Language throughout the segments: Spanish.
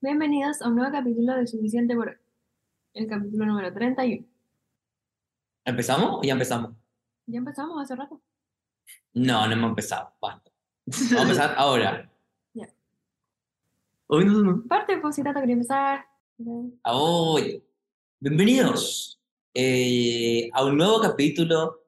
bienvenidos a un nuevo capítulo de Suficiente por hoy. El capítulo número 31. ¿Empezamos o ya empezamos? Ya empezamos hace rato. No, no hemos empezado. Basta. Vamos a empezar ahora. Ya. Hoy no, no. Parte, pues si tanto quería empezar. Hoy. Bienvenidos eh, a un nuevo capítulo.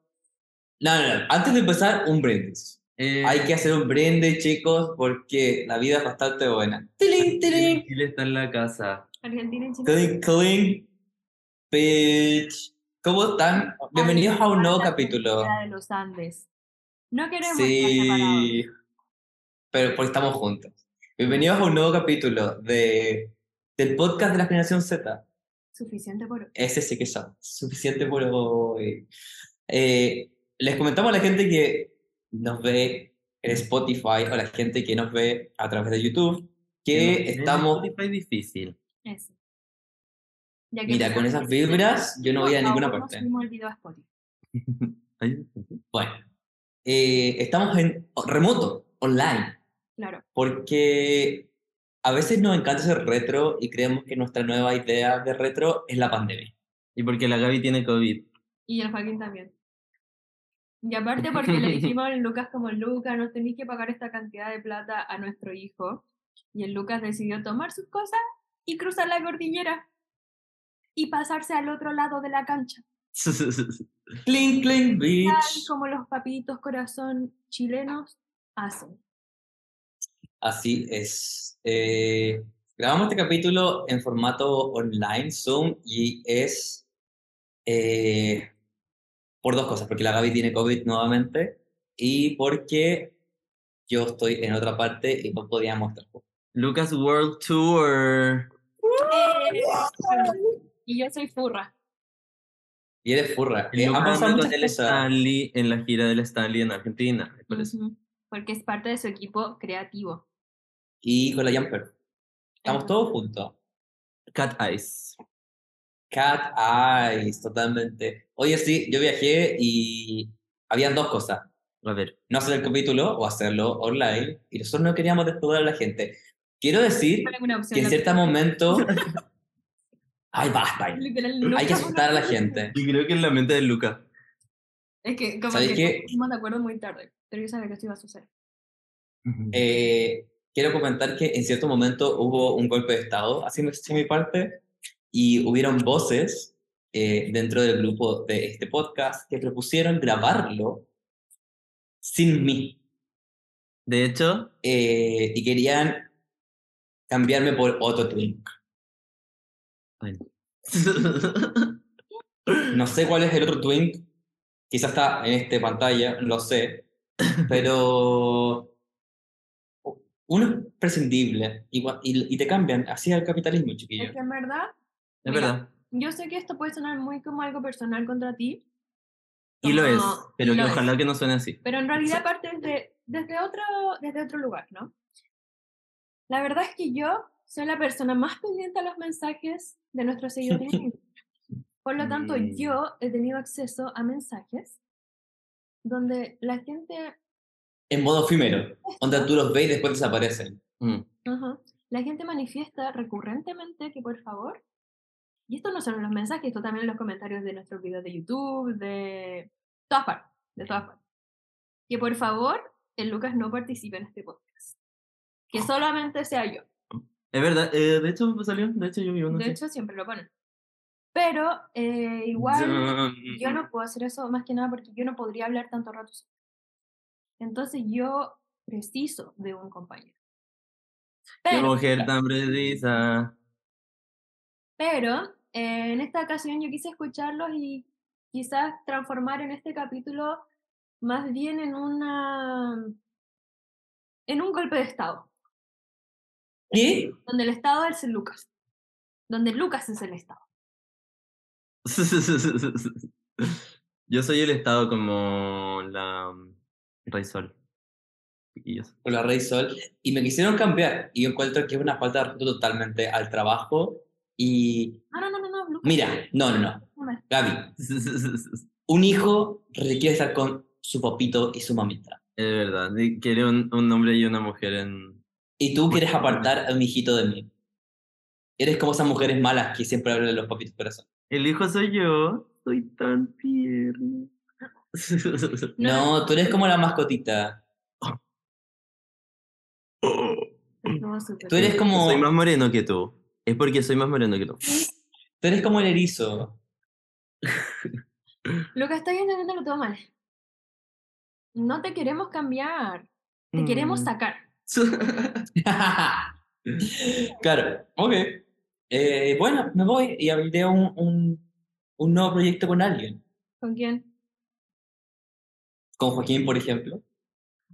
No, no, no. Antes de empezar, un brindis. Eh, Hay que hacer un brindis, chicos, porque la vida es bastante buena. ¡Tiling, Chile tiling! Chile está en la casa. Argentina y Chile. ¡Cling, cling! Pitch. ¿Cómo están? Bienvenidos a un nuevo Argentina, capítulo. de los Andes. No queremos estar separados. Sí, pero porque estamos juntos. Bienvenidos a un nuevo capítulo de, del podcast de la generación Z. Suficiente por hoy. Ese sí que son, suficiente por hoy. Eh, les comentamos a la gente que nos ve en Spotify o la gente que nos ve a través de YouTube que En estamos... Spotify difícil. Eso. Ya que Mira, empezamos con esas Suficiente vibras, por hoy, yo no voy a por ninguna favor, parte. No subimos el video a Spotify. Ay, Bueno, eh, estamos en remoto, online. Claro. porque a veces nos encanta ser retro y creemos que nuestra nueva idea de retro es la pandemia. Y porque la Gaby tiene COVID. Y el Joaquín también. Y aparte porque le dijimos al Lucas como Lucas, nos tenéis que pagar esta cantidad de plata a nuestro hijo. Y el Lucas decidió tomar sus cosas y cruzar la cordillera y pasarse al otro lado de la cancha. Cling, Tal cling, bitch. como los papitos corazón chilenos hacen. Así es. Eh, grabamos este capítulo en formato online, Zoom, y es eh, por dos cosas, porque la Gaby tiene COVID nuevamente y porque yo estoy en otra parte y no podía mostrar. Lucas World Tour. Y yo soy furra. Y eres furra. Y Eh, han Lucas pasado anda muchas con el cosas. Stanley en la gira del Stanley en Argentina. es por eso. Ujú. Porque es parte de su equipo creativo. Y con la Jumper. Estamos Ajá. todos juntos. Cat Eyes. Cat Eyes, totalmente. Oye, sí, yo viajé y habían dos cosas. A ver. No hacer el capítulo o hacerlo online. Y nosotros no queríamos despedir a la gente. Quiero decir No hay ninguna opción, que en no- cierto momento... ¡Ay, basta! literal, Hay que Lucas, asustar a la una- gente. Yo creo que en la mente de Lucas. Es que como ¿Sabéis que qué? nos pusimos de acuerdo muy tarde, pero yo sabía que esto iba a suceder. Eh, quiero comentar que en cierto momento hubo un golpe de estado, así me mi parte, y hubieron voces eh, dentro del grupo de este podcast que propusieron grabarlo sin mí De hecho, eh, y querían cambiarme por otro twin. No sé cuál es el otro twin, quizás está en esta pantalla, lo sé, pero uno es prescindible igual- y, y te cambian, así es el capitalismo, chiquillo. Es que en verdad, es Mira. verdad. yo sé que esto puede sonar muy como algo personal contra ti. Y lo es. como- Pero y que lo es. ojalá que no suene así. Pero en realidad parte desde, desde, otro, desde otro lugar, ¿no? La verdad es que yo soy la persona más pendiente a los mensajes de nuestros seguidores. en Instagram. Por lo tanto, Mm. yo he tenido acceso a mensajes donde la gente en modo efímero, donde tú los ves y después desaparecen. Mm. Ajá. La gente manifiesta recurrentemente que por favor, y esto no solo en los mensajes, esto también en los comentarios de nuestros videos de YouTube, de todas partes, de todas partes, que por favor el Lucas no participe en este podcast, que solamente sea yo. Es verdad. eh, de hecho, salió. De hecho, yo vi uno. De sí. hecho siempre lo ponen, pero eh, igual yo no puedo hacer eso más que nada porque yo no podría hablar tanto rato. sola. Entonces yo preciso de un compañero. Qué Pero- mujer tan precisa. Pero eh, en esta ocasión yo quise escucharlos y quizás transformar en este capítulo más bien en una en un golpe de estado, ¿Y? donde el estado es el Lucas, donde Lucas es el estado. Yo soy el estado como la um, Rey Sol. Chiquillos. Con la Rey Sol. Y me quisieron cambiar. Y yo encuentro que es una falta de respeto totalmente al trabajo. Y No, no, no, no, no, Lucas. mira, no, no, no. no es. Gaby, un hijo requiere estar con su papito y su mamita. Es verdad, y quiere un, un hombre y una mujer en... Y tú quieres apartar a mi hijito de mí. Eres como esas mujeres malas que siempre hablan de los papitos corazón. El hijo soy yo. Soy tan tierno. No, tú eres como la mascotita. No, súper. Tú eres como, Soy más moreno que tú. Es porque soy más moreno que tú. tú eres como el erizo. Lo que estoy entendiendo lo todo mal. No te queremos cambiar. Te Mm. queremos Mm. sacar. claro, ok. Eh, bueno, me voy y abriré un, un, un nuevo proyecto con alguien. ¿Con quién? Con Joaquín, por ejemplo.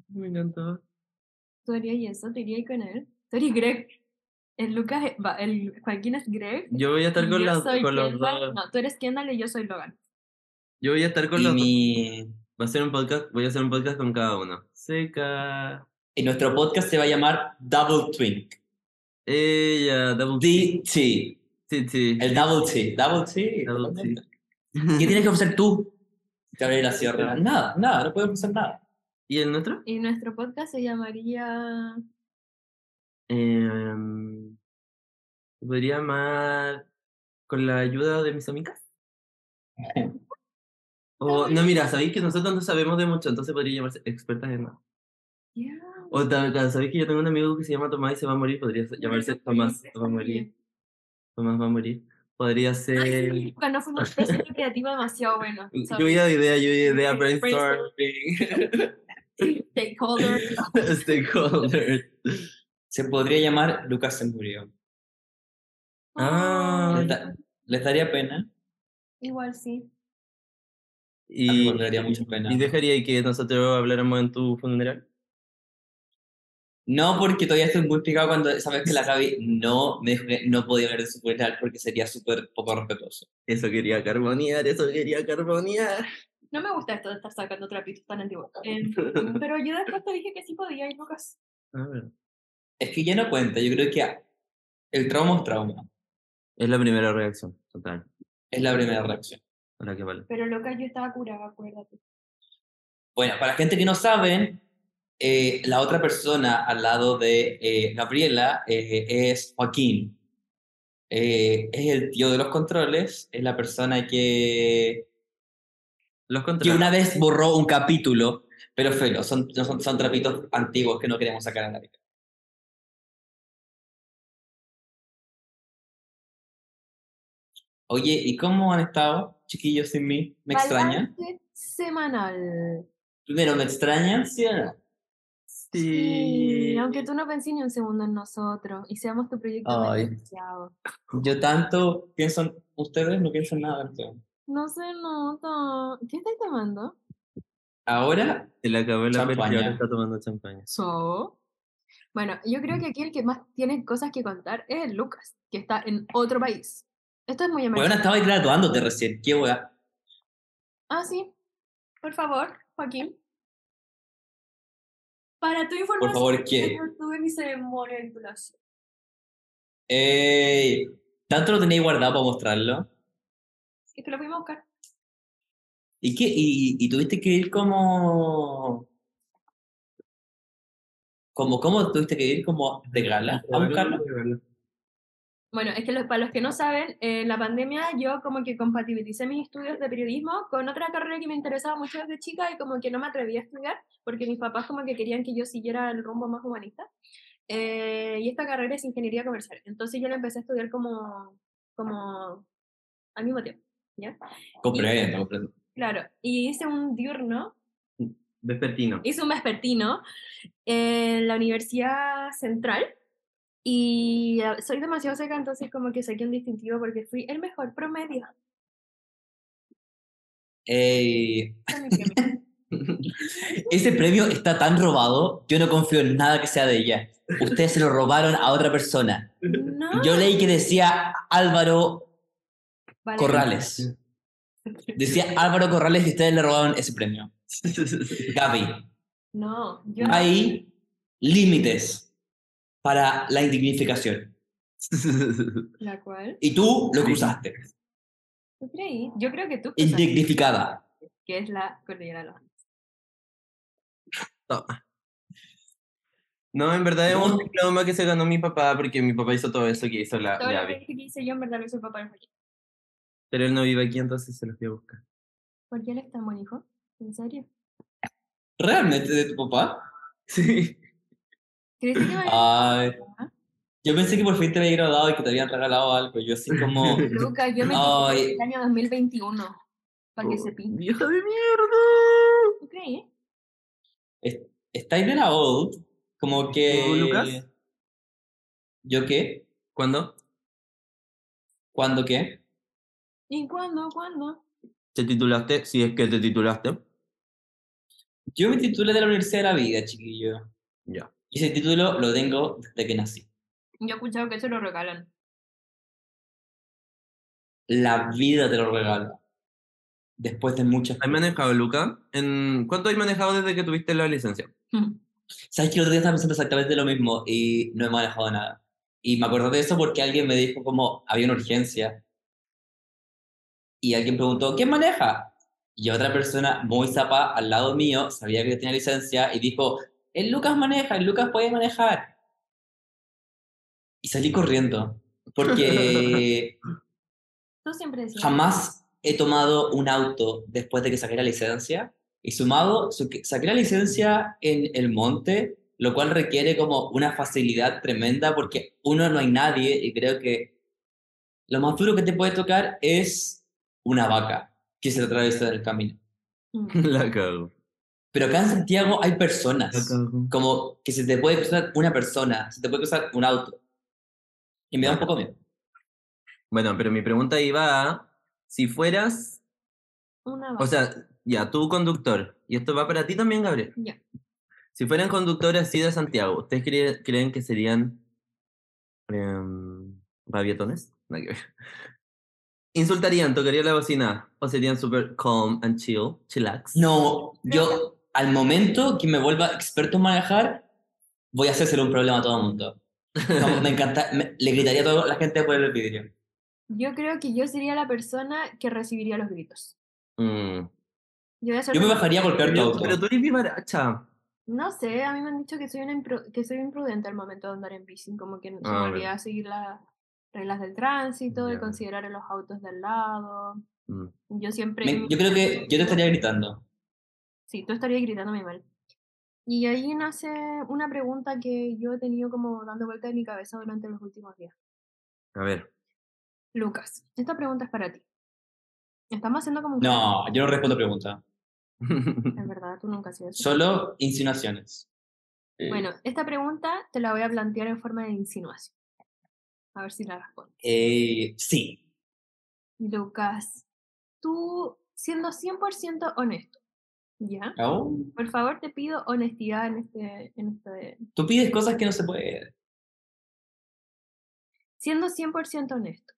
Me encantó. ¿Tú harías eso? ¿Te irías con él? ¿Tú eres Greg? El Lucas, es- va, el Joaquín es Greg. Yo voy a estar y con, yo las, soy con los Kendall. dos. No, tú eres Kendall y yo soy Logan. Yo voy a estar con Y, los dos. mi, Va a ser un podcast. Voy a hacer un podcast con cada uno. Seca. y nuestro podcast se va a llamar Double Twink. Ella, double DT. Sí, sí. El Double T. Double T. Double T. ¿Qué tienes que ofrecer tú? Te abriré la sierra. Nada, nada, no puedo ofrecer nada. ¿Y el nuestro? Y nuestro podcast se llamaría. Em, se podría amar con la ayuda de mis amigas. O, no, mira, sabéis que nosotros no sabemos de mucho, entonces podría llamarse expertas en nada. Yeah. O ta- ta- sabéis que yo tengo un amigo que se llama Tomás y se va a morir, podría ser- llamarse Tomás va a morir. Tomás va a morir. Podría ser. Ay, Cuando fuimos un proceso creativo demasiado bueno. Sorry. Lluvia de idea, lluvia de idea, Brainstorm. brainstorming. Stakeholder. Stakeholders. Se podría llamar Lucas se murió. Ah, Ay, ta- ¿Les daría pena? Igual sí. A mí Y, me daría mucha pena. y dejaría que nosotros habláramos en tu funeral. No, porque todavía estoy muy picado cuando sabes que la Gaby no me dijo que no podía hablar de su funeral porque sería súper poco respetuoso. Eso quería carbonear, eso quería carbonear. No me gusta esto de estar sacando trapitos tan antiguos. Em, pero yo después te dije que sí podía, y Lucas. Ah, bueno. Es que ya no cuenta, yo creo que ah, el trauma es trauma, Es la primera reacción, total. es la primera reacción. A la que vale. Pero Lucas, yo estaba curada, acuérdate. Bueno, para la gente que no saben, eh, la otra persona al lado de eh, Gabriela eh, es Joaquín. Eh, es el tío de los controles, es la persona que, Los que contrarios. una vez borró un capítulo, pero felo, son, no son, son trapitos antiguos que no queremos sacar a la vida. Oye, ¿y cómo han estado, chiquillos, sin mí? ¿Me extrañan? Balance Semanal. Primero, ¿me extrañan? ¿Sí o no? Sí, aunque tú no pensé ni un segundo en nosotros y seamos tu proyecto Ay. beneficiado. Yo tanto pienso en ustedes, no pienso en nada. en ustedes. No se nota. ¿Qué estáis tomando? Ahora, Se le acabó la Champaña. película y ahora está tomando champaña. So. Bueno, yo creo que aquí el que más tiene cosas que contar es el Lucas, que está en otro país. Esto es muy bueno, americano. estaba graduándote recién, qué wea. Ah, sí. Por favor, Joaquín. Para tu información, favor, ¿qué? yo no tuve mi ceremonia de titulación. Ey, Eh, ¿Tanto lo tenéis guardado para mostrarlo? Es que lo fuimos a buscar. ¿Y qué? ¿Y, y tuviste que ir como... como ¿Cómo tuviste que ir como de gala a buscarlo? Bueno, es que los- para los que no saben, eh, en la pandemia yo como que compatibilicé mis estudios de periodismo con otra carrera que me interesaba mucho desde chica y como que no me atreví a estudiar porque mis papás como que querían que yo siguiera el rumbo más humanista. Eh, y esta carrera es ingeniería comercial. Entonces yo la empecé a estudiar como, como al mismo tiempo. ¿ya? Eh, Comprendo, comprendo. Claro, y hice un diurno Despertino. hice un vespertino en la Universidad Central y ah, soy demasiado seca, entonces como que saqué un distintivo porque fui el mejor promedio. Ey, Ese es mi premio. ese premio está tan robado, yo no confío en nada que sea de ella. Ustedes se lo robaron a otra persona. No, Yo leí que decía Álvaro vale. Corrales. Decía Álvaro Corrales que ustedes le robaron ese premio. Gaby, No, yo no. hay límites para la indignificación. ¿La cual? Y tú lo cruzaste. ¿Tú creí? Yo creo que tú cruzaste, Indignificada. que es la cordillera de los Andes. Toma. No, en verdad es No. un diploma que se ganó mi papá porque mi papá hizo todo eso que hizo la, Todo la lo que Abby. dije que hice yo en verdad lo hizo el papá de Joaquín. Pero él no vive aquí, entonces se los voy a buscar. ¿Por qué él es tan buen hijo? ¿En serio? ¿Realmente de tu papá? Sí. ¿Crees que me había- Ay, Ah. yo pensé que por fin te había graduado y que te habían regalado algo. Yo así como... Lucas, yo me Ay. quedé en el año 2021 para que se pinte. ¡Vieja Oh, de mierda! ¿Tú crees? ¿Estáis de la old? Como que... Lucas? ¿Yo qué? ¿Cuándo? ¿Cuándo qué? ¿Y cuándo? ¿Cuándo? ¿Te titulaste? Si es que te titulaste. Yo me titulé de la Universidad de la Vida, chiquillo. Ya. Y ese título lo tengo desde que nací. Yo he escuchado que eso lo regalan. La vida te lo regala. Después de muchas... ¿Has manejado, Luca? ¿En... ¿Cuánto has manejado desde que tuviste la licencia? ¿Sabes que el otro día estaba pensando exactamente lo mismo y no he manejado nada? Y me acordé de eso porque alguien me dijo como había una urgencia. Y alguien preguntó, ¿quién maneja? Y otra persona muy zapa al lado mío sabía que yo tenía licencia y dijo, el Lucas maneja, el Lucas puede manejar. Y salí corriendo porque Tú siempre decías. jamás he tomado un auto después de que saqué la licencia. Y sumado, su- que saqué la licencia en el monte, lo cual requiere como una facilidad tremenda porque uno no hay nadie y creo que lo más duro que te puede tocar es una vaca que se te atraviesa del camino. Mm. la cago. Pero acá en Santiago hay personas La cago. como que se te puede cruzar una persona, se te puede cruzar un auto. Y me da un poco miedo. Bueno, pero mi pregunta iba a... Si fueras... Una O vaca. sea, ya, tú conductor. Y esto va para ti también, Gabriel. Ya. Si fueran conductores así de Santiago, ¿ustedes cre- creen que serían... em, babietones? Nada que ver. ¿Insultarían, tocarían la bocina? ¿O serían super calm and chill, chillax? No, yo al momento que me vuelva experto en manejar, voy a hacérselo un problema a todo el mundo. Como me encanta, me- le gritaría a toda la gente por el vidrio. Yo creo que yo sería la persona que recibiría los gritos. Mm. Yo voy a ser Yo me la- bajaría a golpear tu Pero, auto. pero tú eres vivaracha. No sé, a mí me han dicho que soy una impru- que soy imprudente al momento de andar en bici, como que se me Ah, bueno. olvida seguir las reglas del tránsito, de Ya. considerar a los autos del lado. Mm. Yo siempre Me- yo creo que yo te estaría gritando. Sí, tú estarías gritándome mal. Y ahí nace una pregunta que yo he tenido como dando vuelta en mi cabeza durante los últimos días. A ver. Lucas, esta pregunta es para ti. Estamos haciendo como un juego, No, yo no respondo preguntas, En verdad, tú nunca has sido eso. solo insinuaciones. Eh, Bueno, esta pregunta te la voy a plantear en forma de insinuación. A ver si la respondes. Eh, sí, Lucas, tú siendo 100% honesto, ¿ya? Aún, Por favor, te pido honestidad en este, en este... tú pides cosas que no se pueden. Siendo 100% honesto.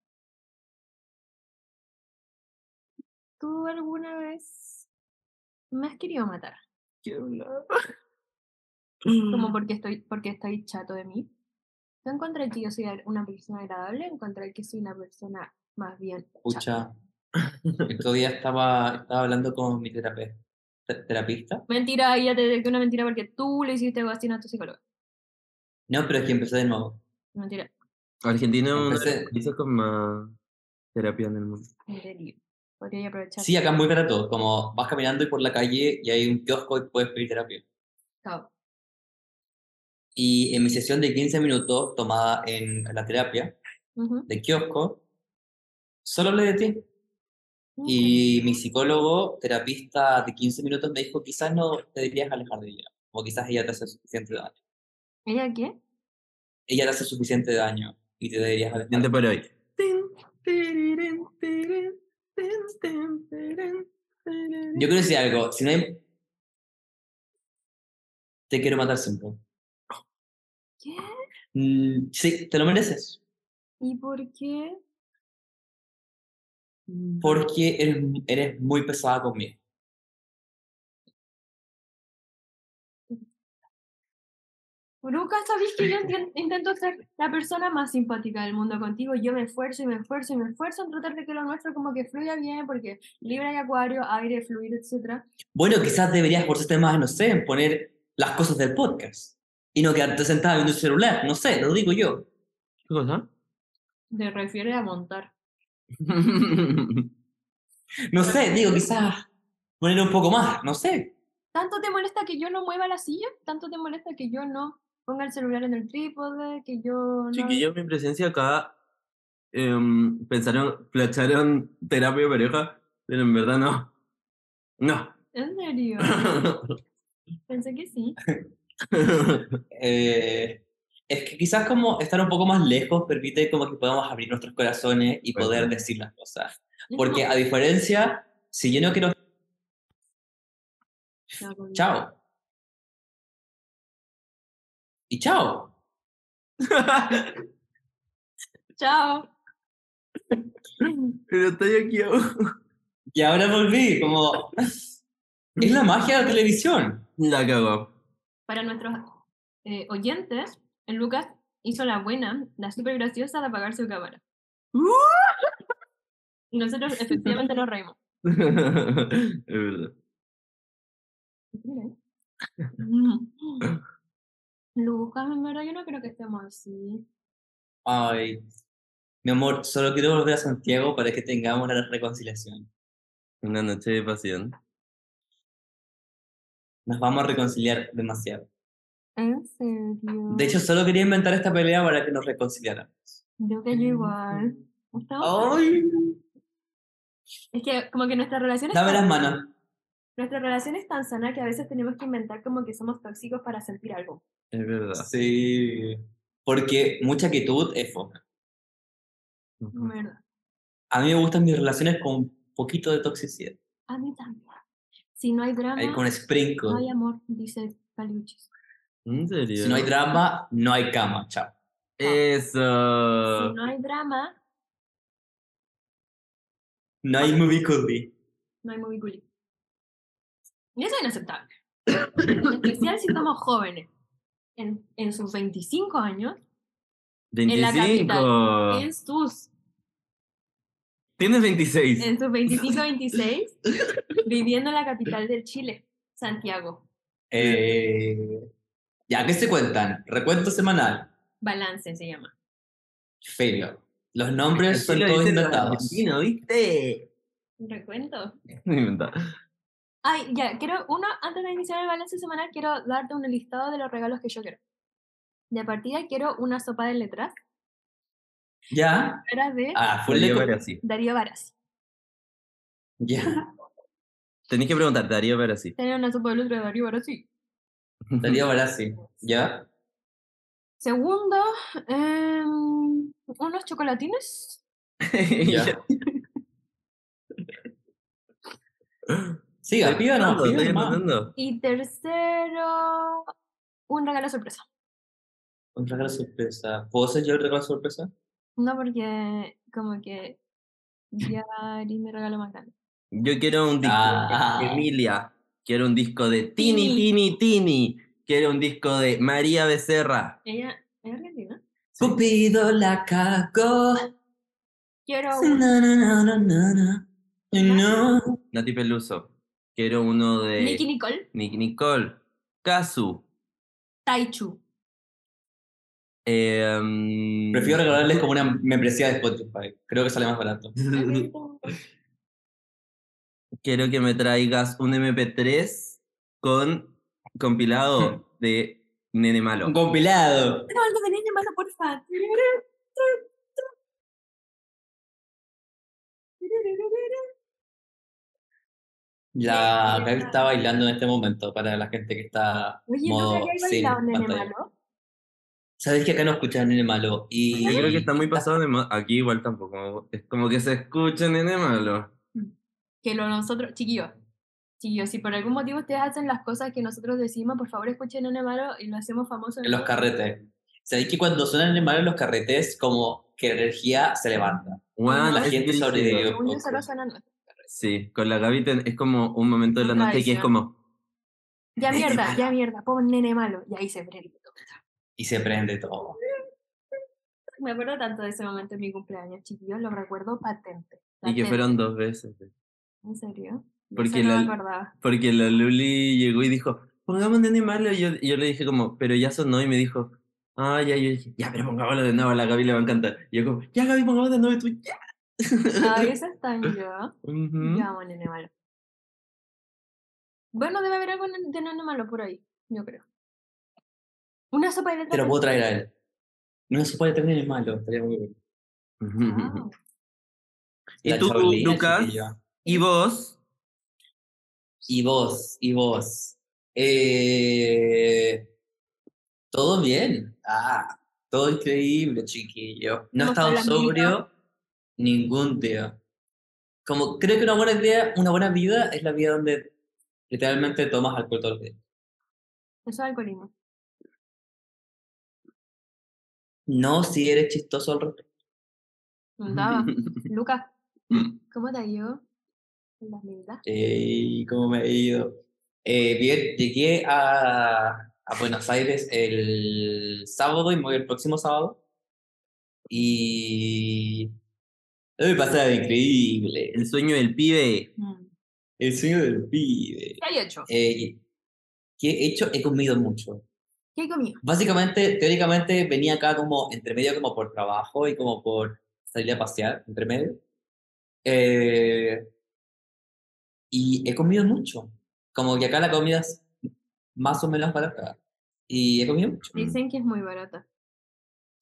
¿Tú alguna vez me has querido matar? Como porque estoy, porque estoy chato de mí. ¿Tú encuentras que yo soy a- una persona agradable? ¿Encuentras que soy una persona más bien chata? Escucha, el otro día estaba, estaba hablando con mi terape- te- terapista. Mentira, ahí ya te detecté una mentira porque tú le hiciste vacina a tu psicólogo. No, pero es que empecé de nuevo. Mentira. Argentina es uno de los Empecé- países con más terapia en el mundo. Entendido. Podría aprovechar. Sí, acá es muy barato. Como vas caminando y por la calle y hay un kiosco y puedes pedir terapia. Chao. Y en mi sesión de 15 minutos tomada en la terapia Ujú. de kiosco, solo hablé de ti. Ok. Y mi psicólogo, terapista de 15 minutos, me dijo, quizás no te deberías alejar de ella. O quizás ella te hace suficiente daño. ¿Ella qué? Ella te hace suficiente daño y te deberías alejar. Gente por hoy. Yo quiero decir algo. Si no hay... Te quiero matar siempre. ¿Qué? Mm, sí, te lo mereces. ¿Y por qué? Porque eres, eres muy pesada conmigo. Lucas, sabéis Mm. que yo intien- intento ser la persona más simpática del mundo contigo. Yo me esfuerzo y me esfuerzo y me esfuerzo en tratar de que lo nuestro como que fluya bien, porque Libra y Acuario, aire, fluir, etcétera. Bueno, quizás deberías esforzarte más, no sé, en poner las cosas del podcast. y no quedarte sentada viendo el celular. No sé, lo digo yo. ¿Qué cosa? Te refieres a montar. No sé, digo, quizás poner un poco más, no sé. ¿Tanto te molesta que yo no mueva la silla? ¿Tanto te molesta que yo no ponga el celular en el trípode? Que yo no... Chiquillos, mi presencia acá em, pensaron, placharon terapia de pareja, pero en verdad no. No. ¿En serio? Pensé que sí. Eh, es que quizás como estar un poco más lejos permite como que podamos abrir nuestros corazones y Pues poder sí. decir las cosas. Es Porque como- a diferencia, si yo no quiero... Ya, con- Chao. Y chao. Chao. pero estoy aquí aún. Y ahora volví, como... Es la magia de la televisión. La cago. Para nuestros eh, oyentes, el Lucas hizo la buena, la súper graciosa de apagar su cámara. Y nosotros efectivamente nos reímos. es verdad. Mira. Mm. Lucas, en verdad yo no creo que estemos así. Ay, mi amor, solo quiero volver a Santiago para que tengamos la reconciliación. Una noche de pasión. Nos vamos a reconciliar demasiado. ¿En serio? De hecho, solo quería inventar esta pelea para que nos reconciliáramos. Yo que yo igual. Estamos- Ay, Es que como que nuestra relación es dame tan- las manos. Nuestra relación es tan sana que a veces tenemos que inventar como que somos tóxicos para sentir algo. Es verdad. Sí. Porque mucha quietud es foca. Mm. Ujú. ¿Verdad? A mí me gustan mis relaciones con un poquito de toxicidad. A mí también. Si no hay drama, Ahí con no hay sprinkle. amor, dice Caliuchis. ¿En serio? Si no hay drama, no hay cama. Chao. Si Ah. Eso. no hay drama, No hay movie coolly. no hay movie coolie. Y eso es inaceptable. en especial si somos jóvenes. En, en sus 25 años, la capital. 25. Ah. en sus, Tienes 26. en sus 25, 26, viviendo en la capital del Chile, Santiago. Eh, ya, ¿qué se cuentan? Recuento semanal. Balance se llama. Filo. Los nombres son todos inventados. ¿viste? Recuento. Inventado. Ay, ya, quiero, uno, antes de iniciar el balance semanal, quiero darte un listado de los regalos que yo quiero. De partida, quiero una sopa de letras, Ya. era de Ah, fue Voy a el ver de... así. Darío Varas. Ya. Tenés que preguntar, Darío ver así. Tenía una sopa de letras de Darío Varas, sí. Darío Barassi. Ya. Segundo, em, unos chocolatines. Ya. Siga, pida no, Estoy pida nomás. intentando. Y tercero, un regalo sorpresa. Un regalo sorpresa. ¿Puedo ser yo el regalo sorpresa? No, porque como que ya harí mi regalo más grande. Yo quiero un disco Ah. de Emilia. Quiero un disco de Tini, Tini. Tini, Tini. Quiero un disco de María Becerra. ¿Ella es argentina? Cupido la cagó. Quiero un- Na, na, na, na, na, na. No. Nati Peluso. Quiero uno de Nicky Nicole, Nick Nicole. Kazu. Taichu. em, Prefiero regalarles como una membresía de Spotify. Creo que sale más barato. Quiero que me traigas un MP3 con compilado de Nene Malo. Un compilado. No, algo Este de niño malo, porfa. Ya, Sí, Gaby ya. está bailando en este momento para la gente que está Oye, modo ¿nunca habías sin bailado Nene pantalla. Malo? Sabes que acá no escuchan Nene Malo y Yo creo que está muy pasado de moda. Aquí igual tampoco. Es como que se escucha Nene Malo. Que lo nosotros, chiquillos, chiquillos, si por algún motivo ustedes hacen las cosas que nosotros decimos, por favor escuchen Nene Malo y lo hacemos famoso. en los carretes. Sabes que cuando suena Nene Malo en los carretes, como que la energía se levanta. Guau, la es gente brígido. sobrevivió. Según yo, solo suena nuestro. Sí, con la Gaby ten- es como un momento de la Una noche que es tradición. como. Ya Nene mierda, Malo. ya mierda, pon Nene Malo. Y ahí se prende todo. y se prende todo. Me acuerdo tanto de ese momento en mi cumpleaños, chiquillos, lo recuerdo patente. Y que patente. fueron dos veces. ¿En serio? De Porque eso no la- me acordaba. Porque la Luli llegó y dijo: pongamos Danny Marley. Y yo, y yo le dije como, pero ya sonó y me dijo, ah, ya, yo dije, ya, pero pongámoslo de nuevo, a la Gaby le va a encantar. Y yo como, ya, Gaby, pongámoslo de nuevo y tú, ya. Todavía esa está en yo. Ujú. Yo amo el nene malo. Bueno, debe haber algo en- de nene malo por ahí, yo creo. Una sopa de letras. Te lo con puedo traer a chocolate. él. No se puede tener el malo. Estaría muy bueno. Wow. ¿Y La tú, Charlie, la Lucas? chiquilla. Y vos, Y vos, y vos. Eh, todo bien. Ah, todo increíble, chiquillo. No he ¿Cómo fue estado la vida? sobrio ningún día. Como creo que una buena idea, una buena vida es la vida donde literalmente tomas alcohol todo el día. Eso es alcoholismo. No si eres chistoso al respecto. Preguntaba, Lucas, ¿cómo te ha ido en las lindas? Ey, ¿cómo me ha ido? Eh, bien, llegué a, a Buenos Aires el sábado y me voy el próximo sábado. Y me pasaba increíble. el sueño del pibe. El sueño del pibe. ¿Qué hay hecho? Eh, ¿qué he hecho? He comido mucho. ¿Qué hay comido? Básicamente, teóricamente venía acá como entre medio como por trabajo y como por salir a pasear, entre medio. Eh, y he comido mucho. Como que acá la comida es más o menos barata. Y he comido mucho. Dicen que es muy barata.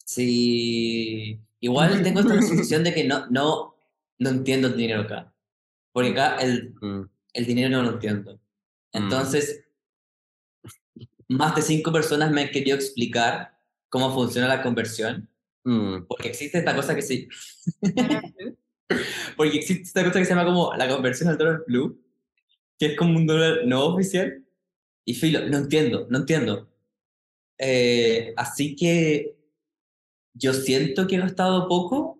Sí. Igual tengo esta sensación de que no, no, no entiendo el dinero acá. Porque acá el Mm. el dinero no lo entiendo. Mm. Entonces, más de cinco personas me han querido explicar cómo funciona la conversión, Mm. porque existe esta cosa que se, Dólar blue. porque existe esta cosa que se llama como la conversión al dólar blue, que es como un dólar no oficial. Y filo, no entiendo, no entiendo. Eh, así que yo siento que he gastado poco,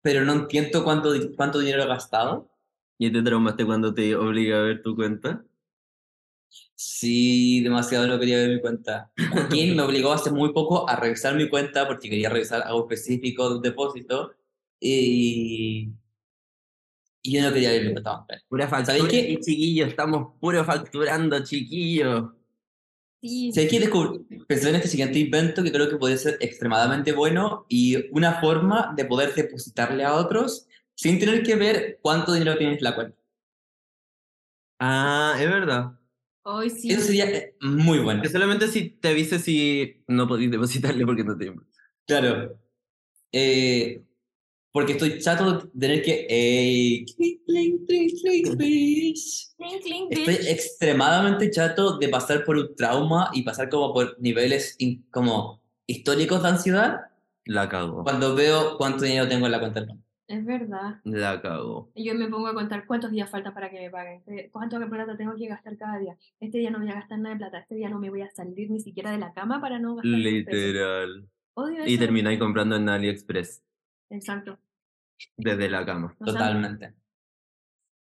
pero no entiendo cuánto, di- cuánto dinero he gastado. ¿Y te traumaste cuando te obliga a ver tu cuenta? Sí, demasiado no quería ver mi cuenta. Joaquín me obligó hace muy poco a revisar mi cuenta porque quería revisar algo específico de un depósito y, y yo no quería ver mi cuenta bancaria. Pura ¿Sabéis factura, qué? sí, chiquillo, estamos puro facturando, chiquillo. Sí. ¿Sabes qué? Descubrí- pensé en este siguiente invento que creo que podría ser extremadamente bueno y una forma de poder depositarle a otros sin tener que ver cuánto dinero tienes en la cuenta. Ah, es verdad. Hoy sí. Eso sería eh, muy bueno. Que solamente si te avise si no podéis depositarle porque no te... Claro. Eh, porque estoy chato de tener que. ey, clink, clink, clink, clink, bish. Cling, cling, Estoy bitch. extremadamente chato de pasar por un trauma y pasar como por niveles in- como históricos de ansiedad La cago, cuando veo cuánto dinero tengo en la cuenta. del banco. Es verdad. la cago. Yo me pongo a contar cuántos días falta para que me paguen, eh, cuánto de plata tengo que gastar cada día. Este día no voy a gastar nada de plata, este día no me voy a salir ni siquiera de la cama para no gastar. ni un peso. Literal. Odio Y eso. termináis comprando en AliExpress, Exacto. desde la cama. O sea, Totalmente.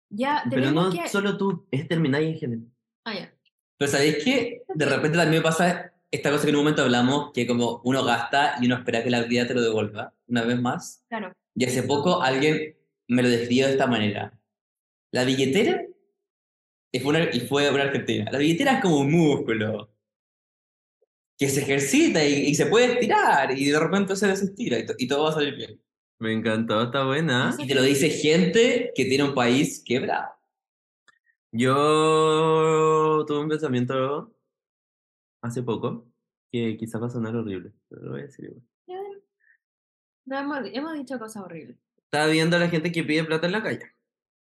Ya Pero no Ah, tenemos que. solo tú, es termináis en general. Ah, ya. Pero ¿sabéis qué? De repente también me pasa esta cosa que en un momento hablamos, que como uno gasta y uno espera que la vida te lo devuelva, una vez más. Claro. Y hace poco alguien me lo describió de esta manera. La billetera, y fue una, y fue una argentina, la billetera es como un músculo que se ejercita y, y se puede estirar y de repente se desestira y, to- y todo va a salir bien. Me encantó, está buena. Eso- Y te lo dice gente que tiene un país quebrado. Yo tuve un pensamiento hace poco que quizás va a sonar horrible, pero lo voy a decir igual. Ya ven. No, hemos, hemos dicho cosas horribles. Estaba viendo a la gente que pide plata en la calle.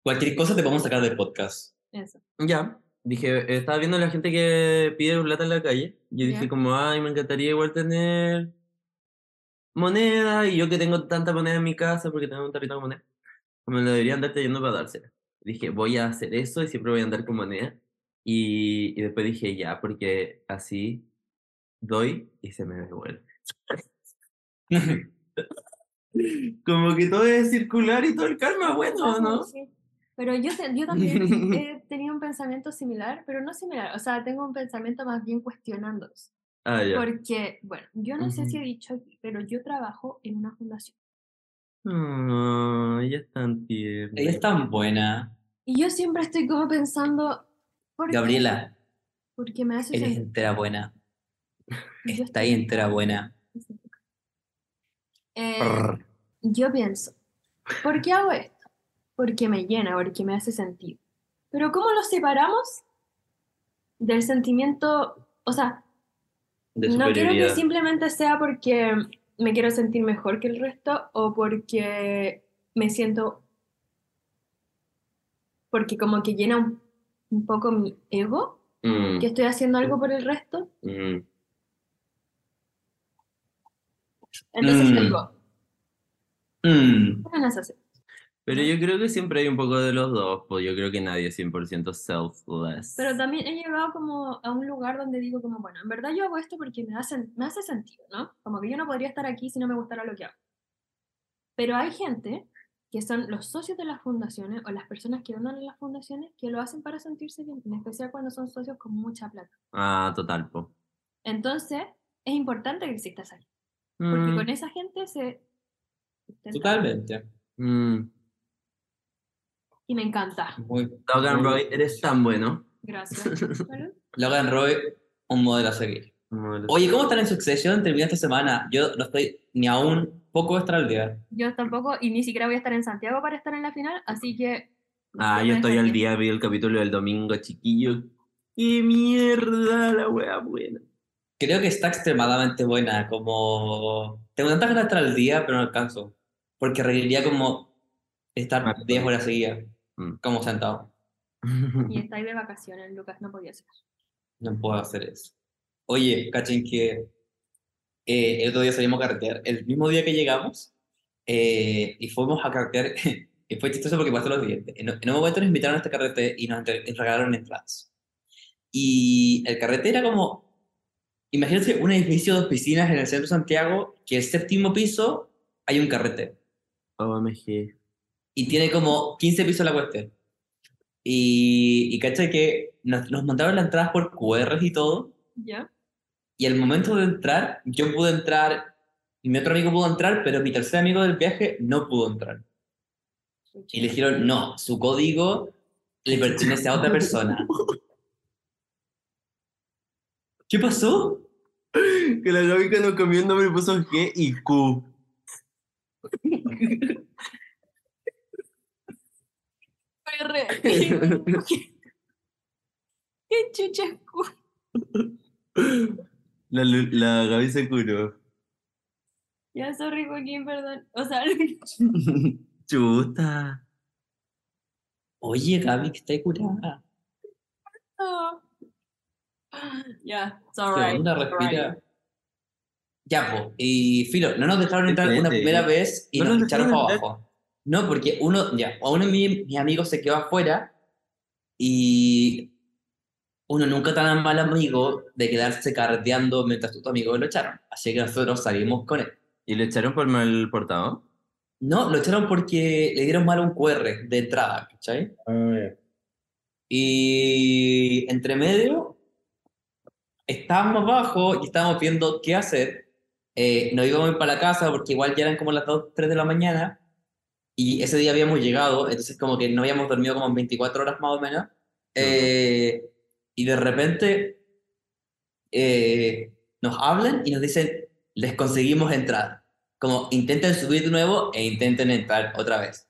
Cualquier cosa te podemos sacar del podcast. Eso. Ya, dije, estaba viendo a la gente que pide plata en la calle. Yo dije Ya. como, ay, me encantaría igual tener moneda y yo que tengo tanta moneda en mi casa porque tengo un tarrito de moneda. Me lo debería andar trayendo para dársela. Dije, voy a hacer eso y siempre voy a andar con moneda. Y, y después dije, ya, porque así doy y se me devuelve. Como que todo es circular y todo el karma, bueno, Ah, ¿no? sí. Pero yo, te- yo también eh, tenía un pensamiento similar, pero no similar. O sea, tengo un pensamiento más bien cuestionando. Ah, ya. Porque, bueno, yo no sé si he Ujú. dicho aquí, pero yo trabajo en una fundación. Ah, ella es tan tierna. Ella es tan buena. Y yo siempre estoy como pensando, ¿Por qué? Gabriela, Porque me hace eres sentir. entera buena. yo Está estoy- ahí entera buena. Eh, Prr. yo pienso, ¿por qué hago esto? Porque me llena, porque me hace sentido. Pero ¿cómo lo separamos del sentimiento? O sea, De no quiero que superioridad. simplemente sea porque me quiero sentir mejor que el resto o porque me siento... Porque como que llena un, un poco mi ego, Mm, que estoy haciendo algo por el resto. mm. Entonces Mm. digo, Mm, ¿cómo las haces? Pero yo creo que siempre hay un poco de los dos, pues yo creo que nadie es 100% selfless. Pero también he llegado como a un lugar donde digo como, bueno, en verdad yo hago esto porque me hace, me hace sentido, ¿no? Como que yo no podría estar aquí si no me gustara lo que hago. Pero hay gente que son los socios de las fundaciones o las personas que donan a las fundaciones que lo hacen para sentirse bien, en especial cuando son socios con mucha plata. Ah, total, po. Entonces, es importante que exista esa gente, porque Mm, con e esa gente se... sustenta. totalmente. mm. Y me encanta. Muy, Logan muy- Roy, eres tan bueno. Gracias. Salud. Logan Roy, un modelo a seguir. Bueno, Oye, ¿cómo están en Succession? Termina esta semana. Yo no estoy ni aún poco extra al día. Yo tampoco, y ni siquiera voy a estar en Santiago para estar en la final, así que... Ah, no yo me estoy al dejaría. día, vi el capítulo del domingo, chiquillo. ¡Qué mierda la wea buena! Creo que está extremadamente buena, como... Tengo tantas ganas de estar al día, pero no alcanzo. Porque requeriría como estar Maratón. 10 horas seguidas, Mm. como sentado. Y está ahí de vacaciones, Lucas, no podía ser. No puedo hacer eso. Oye, cachen que eh, el otro día salimos a carretear, el mismo día que llegamos, eh, y fuimos a carretear, y fue chistoso porque pasó lo siguiente. En, en un momento nos invitaron a este carrete y nos entre- y regalaron entradas. Y el carrete era como, imagínense un edificio de dos piscinas en el centro de Santiago, que el séptimo piso hay un carrete Oh, OMG. y tiene como 15 pisos la cuestión. Y, y cacha que nos, nos mandaron las entradas por QR y todo. ¿Ya? Y al momento de entrar, yo pude entrar, y mi otro amigo pudo entrar, pero mi tercer amigo del viaje no pudo entrar. Y le dijeron, no, su código le pertenece a otra persona. ¿Qué pasó? Que la Gaby cuando comió el nombre puso G y Q. ¡Qué chucha es cu- La, Lu- la Gaby se curó. Ya, sorry, Joaquín, perdón. O sea, Chuta. Oye, Gaby, que está curada. no. Ya, it's ¿Qué alright. onda? it's Respira. alright. Ya, po. Y filo, no nos dejaron entrar una Entendí. primera vez y No nos nos echaron dejaron para entrar. abajo. No, porque uno, ya, a uno de mi- mis, amigos se quedó afuera y uno nunca tan mal amigo de quedarse carreteando mientras tus amigos lo echaron. Así que nosotros salimos con él. ¿Y lo echaron por mal portado? No, lo echaron porque le dieron mal un QR de entrada, ¿cachai? Y entre medio, estábamos abajo y estábamos viendo qué hacer. Eh, nos íbamos a ir para la casa porque igual ya eran como las 2, 3 de la mañana. Y ese día habíamos llegado, entonces como que no habíamos dormido como en 24 horas más o menos. Eh, y de repente eh, nos hablan y nos dicen, les conseguimos entrar. Como intenten subir de nuevo e intenten entrar otra vez.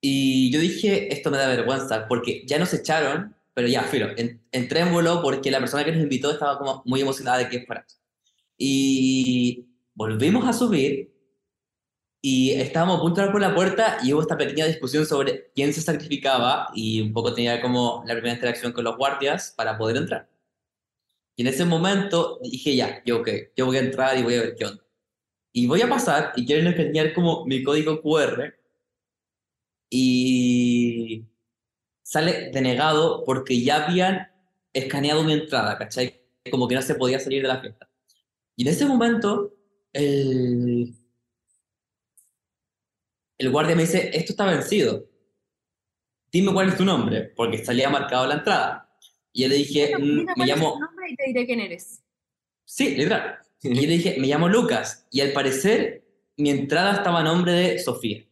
Y yo dije, esto me da vergüenza, porque ya nos echaron, pero ya, filo, en- entré en vuelo porque la persona que nos invitó estaba como muy emocionada de que fuéramos. Y volvimos a subir y estábamos a punto de entrar por la puerta y hubo esta pequeña discusión sobre quién se sacrificaba y un poco tenía como la primera interacción con los guardias para poder entrar. Y en ese momento dije, ya, yo, ok, yo voy a entrar y voy a ver qué onda. Y voy a pasar y quiero enseñar como mi código QR y sale denegado porque ya habían escaneado mi entrada, ¿cachai? Como que no se podía salir de la fiesta. Y en ese momento, el, el guardia me dice, esto está vencido. Dime cuál es tu nombre, porque salía marcado la entrada. Y yo le dije, Mira, "Mm, mira me cuál es tu llamo... nombre y te diré quién eres. Sí, literal. Y yo le dije, me llamo Lucas. Y al parecer, mi entrada estaba a nombre de Sofía.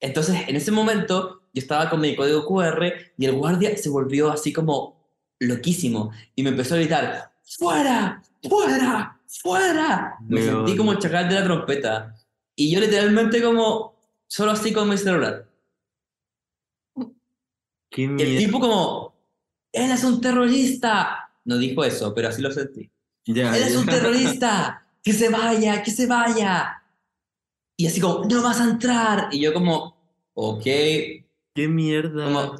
Entonces, en ese momento, yo estaba con mi código QR y el guardia se volvió así como loquísimo y me empezó a gritar, ¡fuera! ¡fuera! ¡fuera! Me Weón. sentí como el chacal de la trompeta y yo literalmente como, solo así con mi celular. Qué Y el miedo. tipo como, él es un terrorista. No dijo eso, pero así lo sentí. Ya, Él es ya. un terrorista. Que se vaya, que se vaya. Y así como, no vas a entrar. Y yo como, ok. Qué mierda. Como,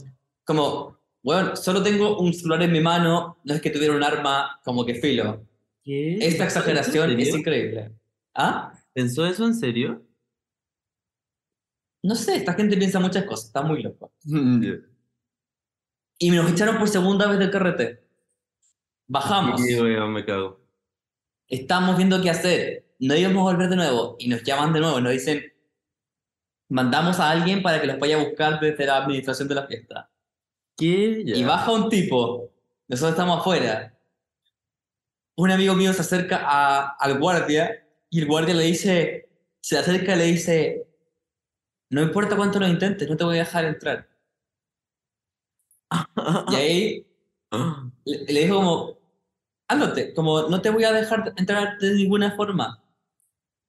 como, bueno, solo tengo un celular en mi mano. No es que tuviera un arma como que filo. ¿Qué? Esta ¿Pensó exageración en es serio? increíble. ¿Ah? ¿Pensó eso en serio? No sé, esta gente piensa muchas cosas. Está muy loco. Y me los echaron por segunda vez del carrete. Bajamos. Sí, weón, me cago. estamos viendo qué hacer, no íbamos a volver de nuevo, y nos llaman de nuevo, nos dicen, mandamos a alguien para que los vaya a buscar desde la administración de la fiesta. ¿Qué? Y Ya. baja un tipo, nosotros estamos afuera. Un amigo mío se acerca a- al guardia y el guardia le dice, se le acerca y le dice, no importa cuánto lo intentes, no te voy a dejar entrar. Y ahí le, le dijo como, ándate, como no te voy a dejar entrar de ninguna forma.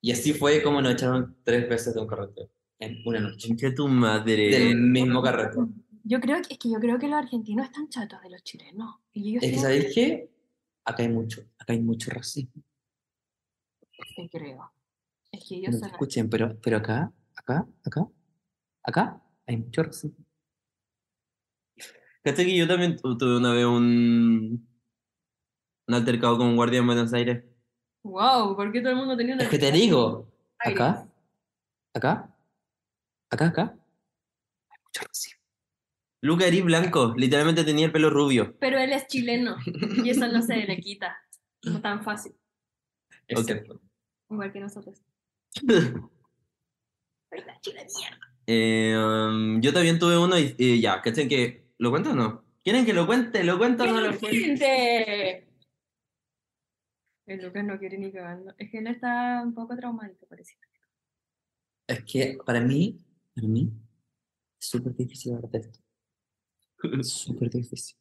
Y así fue como nos echaron tres veces de un carrete en una noche. Concha tu madre. Del mismo carrete. Yo creo que, es que yo creo que los argentinos están chatos de los chilenos. Y yo Es que, creo- ¿sabéis qué? Acá hay mucho, acá hay mucho racismo. sí creo. Es que No ellos te son escuchen, pero, pero acá, acá, acá, acá hay mucho racismo. Cacha que yo también tu- tuve una vez un. Un altercado con un guardia en Buenos Aires. Wow, ¿por qué todo el mundo tenía una Es que te digo, Aires. acá, acá, acá, acá, hay mucho racismo. Luca eres blanco, literalmente tenía el pelo rubio. Pero él es chileno y eso no se le quita. No tan fácil, Es Ok. cierto. igual que nosotros. Ay, la chile mierda. Eh, um, yo también tuve uno y eh, ya, ¿cachan que. ¿Lo cuento o no? ¿Quieren que lo cuente? ¿Lo cuento o no lo cuento? ¡Gente! El Lucas no quiere ni cagando. Es que él está un poco traumático, parece. Es que para mí, para mí, es súper difícil hablar de esto. Es súper difícil.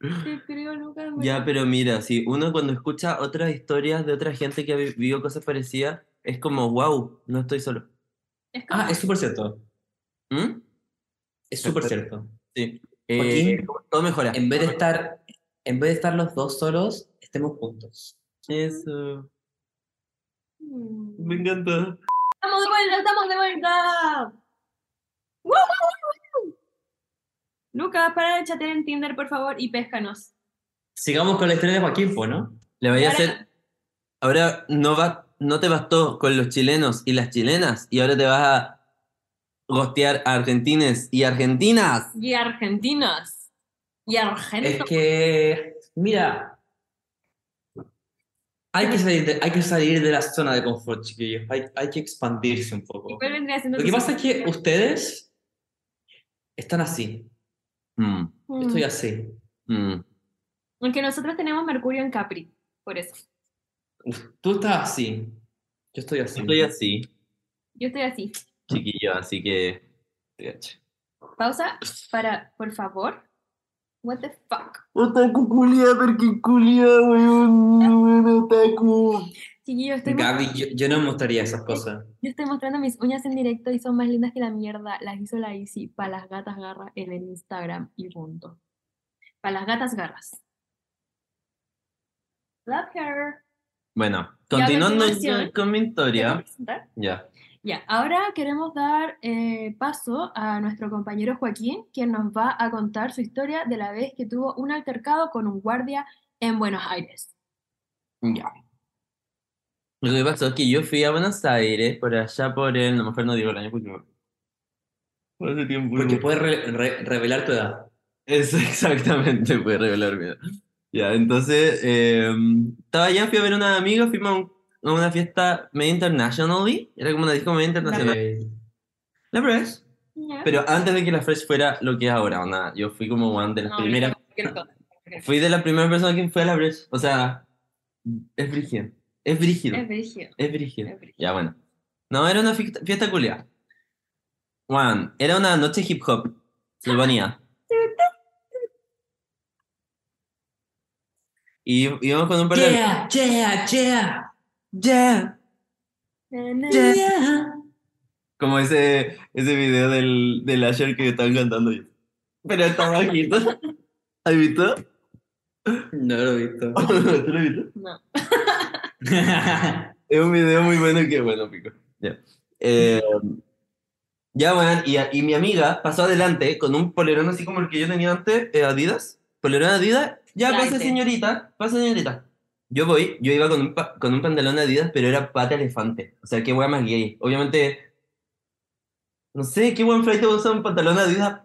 Te creo, Lucas. me Ya, da- pero mira, si uno cuando escucha otras historias de otra gente que ha vivido cosas parecidas, es como, wow, no estoy solo. Es como, Ah, es súper cierto. ¿Mm? Es súper Perfecto. cierto. Eh, Joaquín, todo mejora. En vez de estar, en vez de estar los dos solos, estemos juntos. Eso, Mm. me encanta. ¡Estamos de vuelta! ¡Estamos de vuelta! ¡Woo, woo, woo, woo! Lucas, para de chatear en Tinder, por favor, y péscanos. Sigamos con la historia de Joaquín, po, ¿no? Le vaya a Ahora- hacer. Ahora no va, no te bastó con los chilenos y las chilenas, y ahora te vas a gostear a argentines y argentinas. Y argentinos. Y argentos. Es que, mira, hay que salir de, hay que salir de la zona de confort, chiquillos. Hay, hay que expandirse un ¿Y poco. cuál vendría siendo Eh, Lo tu que pasa es que solución? ustedes están así. Mm, Yo Estoy así. mm. Aunque nosotros tenemos Mercurio en Capri, por eso. Tú estás así. Yo estoy así. Estoy así, Yo estoy así. chiquillo, así que. te cacho. Pausa para, por favor. What the fuck. Otaku culia, porque culia, weón, weón, otaku. Chiquillo, estoy, mo- Gaby, yo, yo no me mostraría esas cosas. yo estoy mostrando mis uñas en directo y son más lindas que la mierda. Las hizo la Isi para las gatas garra en el Instagram y punto. Para las gatas garras. Love her. Bueno, Y a continuando continuación- con mi ¿Quieres historia, presentar? ya. Ya, ahora queremos dar eh, paso a nuestro compañero Joaquín, quien nos va a contar su historia de la vez que tuvo un altercado con un guardia en Buenos Aires. Ya. Lo que pasó es que yo fui a Buenos Aires, por allá por el, a lo mejor no digo el año porque no- no hace tiempo. Porque no- puedes re- re- revelar tu edad. Eso exactamente, puede revelar miedo. Ya, entonces, eh, estaba allá, fui a ver a una amiga, fuimos a, un- a una fiesta medio internationally, era como una disco medio internacional. Eh, La Fresh, pero antes de que la Fresh fuera lo que es ahora, onda, yo fui como one de las primeras Fui de la primera persona que fue a la brecha. O sea, es brígido. Es brígido. Es brígido, Es brígido. es brígido. Ya, bueno. No, era una fiesta, fiesta culiada. Juan, era una noche hip hop. Se ponía. Y y íbamos con un par de. Yeah, yeah, yeah, yeah, Na, na, na. yeah. Como ese, ese video del, del Asher que estaban cantando. Pero está bajito. ¿Has visto? No lo he visto. ¿Tú lo has visto? No. Es un video muy bueno que, bueno, pico. Ya, Eh, ya bueno, y, y mi amiga pasó adelante con un polerón así como el que yo tenía antes, eh, Adidas. Polerón Adidas. Ya, Ya, pasa ese. señorita, pasa señorita. Yo voy, yo iba con un, pa- con un pantalón Adidas, pero era pata elefante. O sea, qué wea más gay. Obviamente, no sé, qué buen flight usa un pantalón Adidas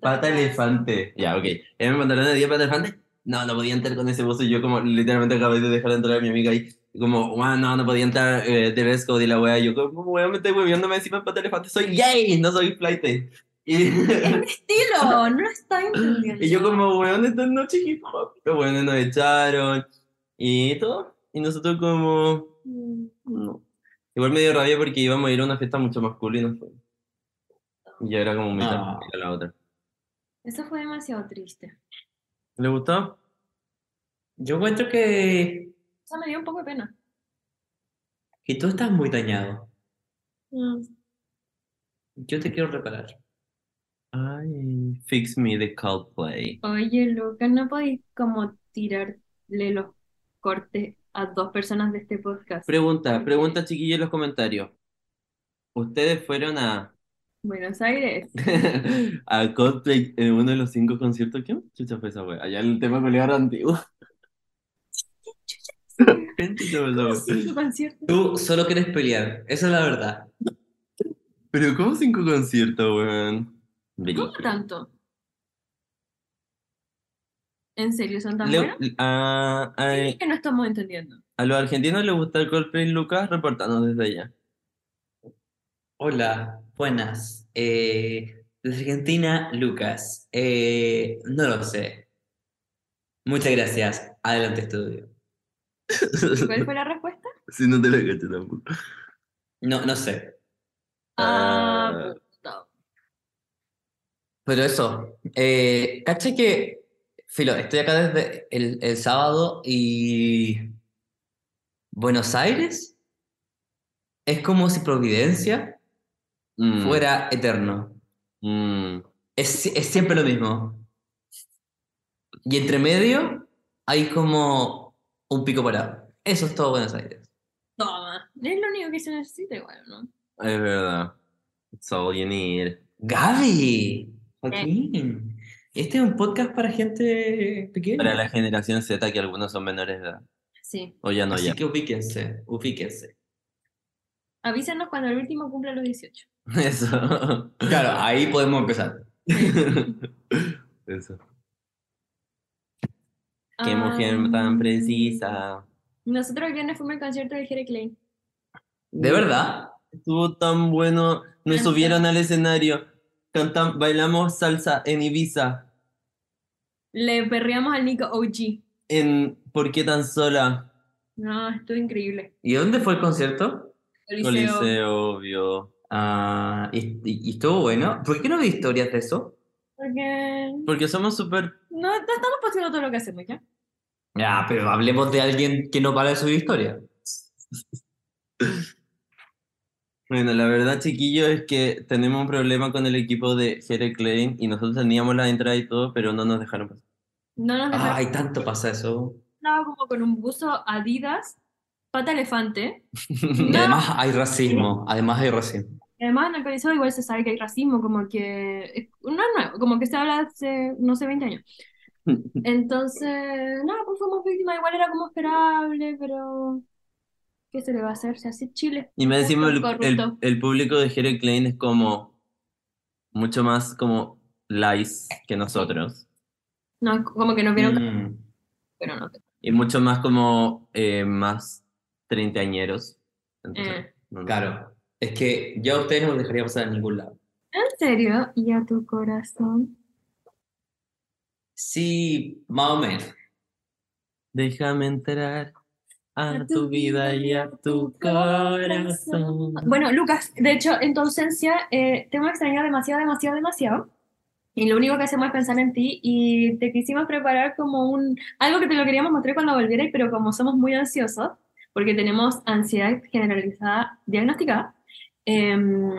Pata elefante. Ya, ok. Era mi pantalón de 10 pata elefante. No, no podía entrar con ese bolso. Y yo, como, literalmente acabé de dejar entrar a mi amiga ahí. y Como, wow, no, no podía entrar eh, de Vesco de la wea. Yo, como, wea, me estoy hueviándome encima de pata elefante. Soy gay, no soy flight. Y, Es mi estilo, no lo está entendiendo. y yo, como, weón, esta noche hip hop. Pero bueno, nos echaron. Y todo. Y nosotros, como, Mm, no. Igual me dio rabia porque íbamos a ir a una fiesta mucho más cool y no fue. Y era como mitad Ah. a la otra. Eso fue demasiado triste. ¿Le gustó? Yo encuentro que, O sea, me dio un poco de pena. que tú estás muy dañado. Mm. Yo te quiero reparar. Ay, Fix Me de Coldplay. Oye, Lucas, ¿no podéis como tirarle los cortes a dos personas de este podcast? Pregunta, pregunta chiquillo en los comentarios. ¿Ustedes fueron a, Buenos Aires. a Coldplay en uno de los cinco conciertos? ¿Qué chucha fue esa wea? Allá el tema coleado antiguo. ¿Qué chucha fue esa wea? Sí, concierto. Tú solo quieres pelear, esa es la verdad. Pero ¿cómo cinco conciertos, weón? Brígido. ¿Cómo tanto? ¿En serio son tan Le- buenos? a, Sí, a- que no estamos entendiendo. a los argentinos les gusta el Coldplay, Lucas, reportanos desde allá. Hola, buenas. Eh, desde Argentina, Lucas. Eh, no lo sé. Muchas gracias. Adelante, estudio. ¿Cuál fue la respuesta? Si no te la caché tampoco. No, no sé. Ah, puta. Pero eso, eh, caché que, filo, estoy acá desde el, el sábado y Buenos Aires es como si Providencia Mm, fuera eterno. mm. Es, si- es siempre lo mismo. Y entre medio hay como un pico parado. Eso es todo Buenos Aires. Toma. Es lo único que se necesita igual, ¿no? Es verdad. It's all you need. Gaby, Joaquín, este es un podcast para gente pequeña. Para la generación Z, que algunos son menores de edad. Sí. O ya no, Así ya. que ubíquense, ubíquense. Avísanos cuando el último cumpla los 18. Eso. Claro, ahí podemos empezar. Eso. Ah, Qué mujer tan precisa. Nosotros el viernes fuimos al concierto de Jere Klein. ¿De verdad? Estuvo tan bueno. Nos Canta. subieron al escenario. Cantam- bailamos salsa en Ibiza. Le perreamos al Nico OG. En ¿Por qué tan sola? No, estuvo increíble. ¿Y dónde fue el concierto? Coliseo. Coliseo, obvio. Ah, y, y- y estuvo bueno. ¿Por qué no vi historias de eso? Porque Porque somos súper. no, no estamos posteando todo lo que hacemos, ¿ya? Ya, Ah, pero hablemos de alguien que no para de subir historia. Bueno, la verdad, chiquillo, es que tenemos un problema con el equipo de Jere Klein y nosotros teníamos la entrada y todo, pero no nos dejaron pasar. No nos dejaron Ay, Ah, tanto pasa eso. estaba como con un buzo Adidas, pata elefante. Y No. además hay racismo. Además hay racismo. Y Además, en el Coliseo igual se sabe que hay racismo, como que es- no es nuevo, como que se habla hace, no sé, 20 años. Entonces, nada, pues fuimos víctimas, igual era como esperable, pero ¿qué se le va a hacer? Se hace Chile. Y me decimos, el, Corrupto, el- corrupto. el público de Jere Klein es como mucho más como lice que nosotros No, como que nos vieron, Mm. pero no. y mucho más como eh, más treintañeros. Entonces, Eh. no, no. Claro. Es que ya a ustedes no los dejaría pasar a ningún lado. ¿En serio? Y a tu corazón. Sí, más o menos. Déjame entrar a tu vida y a tu corazón. Bueno, Lucas, de hecho, en tu ausencia eh, te hemos extrañado demasiado, demasiado, demasiado. Y lo único que hacemos es pensar en ti y te quisimos preparar como un... Algo que te lo queríamos mostrar cuando volvierais, pero como somos muy ansiosos, porque tenemos ansiedad generalizada diagnosticada, em,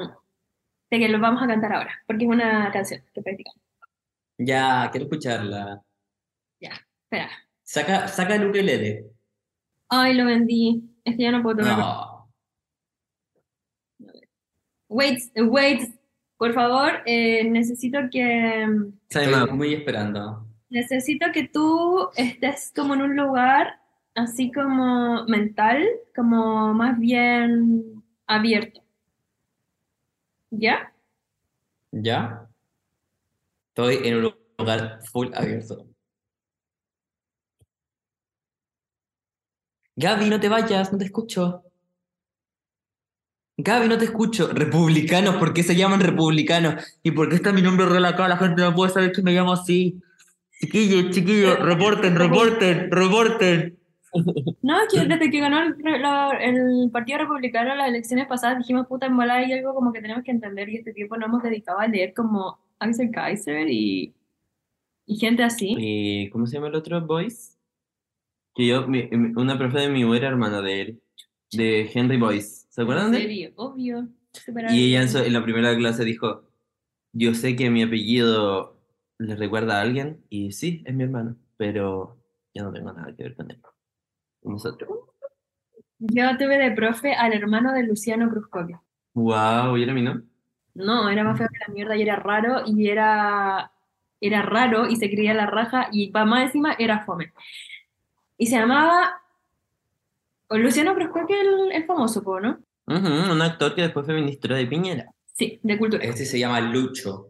de que lo vamos a cantar ahora, porque es una canción que practicamos. Ya, quiero escucharla. Espera. Saca, saca el ukelele. Ay, lo vendí. Es que ya no puedo tocar. No. Wait, wait. Por favor, eh, necesito que... em, Time Estoy out. muy esperando. Necesito que tú estés como en un lugar así como mental, como más bien abierto. ¿Ya? ¿Ya? Estoy en un lugar full abierto. Gaby, no te vayas, no te escucho. Gaby, no te escucho. Republicanos, ¿por qué se llaman republicanos? ¿Y por qué está mi nombre relacado? La gente no puede saber que me llamo así. Chiquillos, chiquillos, reporten, reporten, reporten. No, es que desde que ganó el, re- la- el Partido Republicano las elecciones pasadas dijimos, puta, en bola hay algo como que tenemos que entender y este tiempo nos hemos dedicado a leer como Axel Kaiser y, y gente así. Y, ¿Cómo se llama el otro? Boyce. Que yo, mi- mi- una profe de mi U era hermana de él, de Henry Boyce. ¿Se acuerdan de él? Serio, obvio. Súper Y ella en, su- en la primera clase dijo, yo sé que mi apellido le recuerda a alguien, y sí, es mi hermano, pero yo no tengo nada que ver con él. Y Nosotros, Yo tuve de profe al hermano de Luciano Cruzcoque. wow, ¿y era mi nombre? No, era más feo que la mierda y era raro y era, era raro y se creía la raja y pa' más encima era fome. Y se llamaba o Luciano Cruzcoque el, el famoso, po, ¿no? Ujú, un actor que después fue ministro de Piñera. Sí, de cultura. Este se llama Ah. Lucho.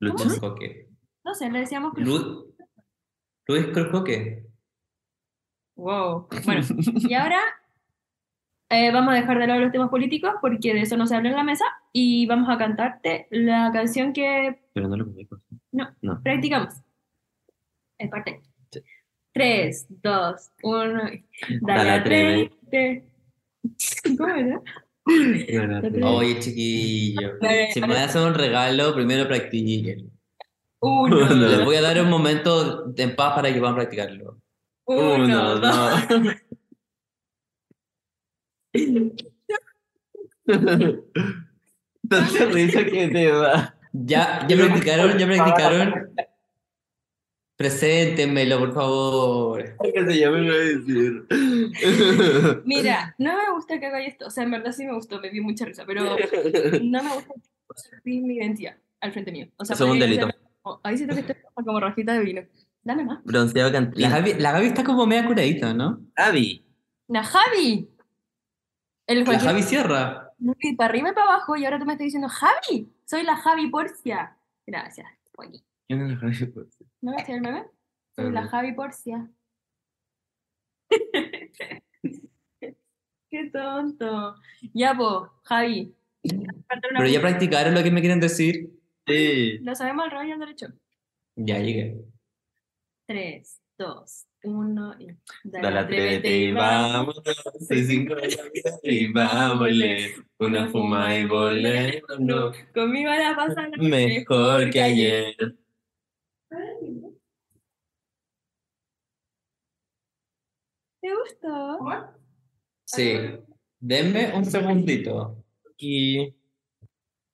Lucho Escoque. No sé, le decíamos Cruz- Lu- Luis Cruzcoque. Wow. Bueno, y ahora eh, vamos a dejar de lado los temas políticos porque de eso no se habla en la mesa y vamos a cantarte la canción que Pero no lo conozco. practicamos. Es parte. Sí. 3, 2, 1. Dale, Dale atreve. atreve. ¿Cómo era? No, no, Pero- no. Oye, chiquillo. Dale, Si me hacen un regalo, primero practiquen. Uno, Uno, Les voy a dar un momento de paz para que puedan practicarlo. uno, Uno, dos. dos. Tanta risa que te da. Ya, ya practicaron, ya practicaron. Preséntenmelo, por favor. Que se llame iba a decir. Mira, no me gusta que haga esto. O sea, en verdad sí me gustó, me dio mucha risa, pero no me gusta subir mi identidad al frente mío. O sea, Eso es un podría delito. ser- oh, Ahí siento que estoy como rajita de vino. Dame más. Bronceado La cantina. Gaby, la Gaby está como media curadita, ¿no? Javi. ¡La Javi! El La Joaquín Javi cierra. Y para arriba y para abajo, y ahora tú me estás diciendo, Javi, soy la Javi Porcia. Gracias, Joaquín. ¿Quién es la Javi? ¿No ves el meme? Soy la Mm. Javi Porcia. Qué tonto. Ya, po, Javi. Falta una Pero ya punta. practicaron lo que me quieren decir. Sí. Lo sabemos al revés y al derecho. Ya llegué. Tres, dos, uno y. Da la trete y vamos. Soy cinco y vámonle. Una fuma y volé. No, Conmigo la pasan mejor que ayer. ¿Te gustó? Sí. Denme un segundito. Y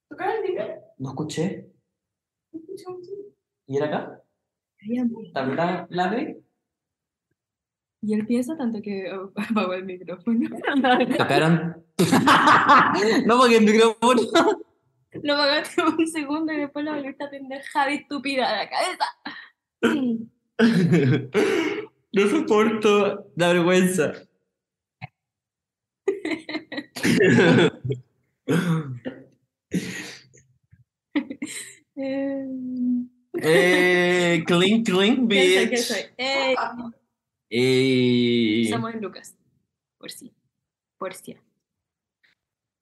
¿Tocar el No escuché. ¿Y era acá? ¿También la, la ve? Y él piensa tanto que oh, apagó el micrófono. Tocaron. no, porque el micrófono. Lo apagaste un segundo y después lo volviste a tender Javi estúpida a la cabeza. no soporto la vergüenza. Eh, eh, clink, clink, ¿Qué soy? bitch. ¿Qué soy? Eh, Eh, Somos en Lucas. Por si. Por si.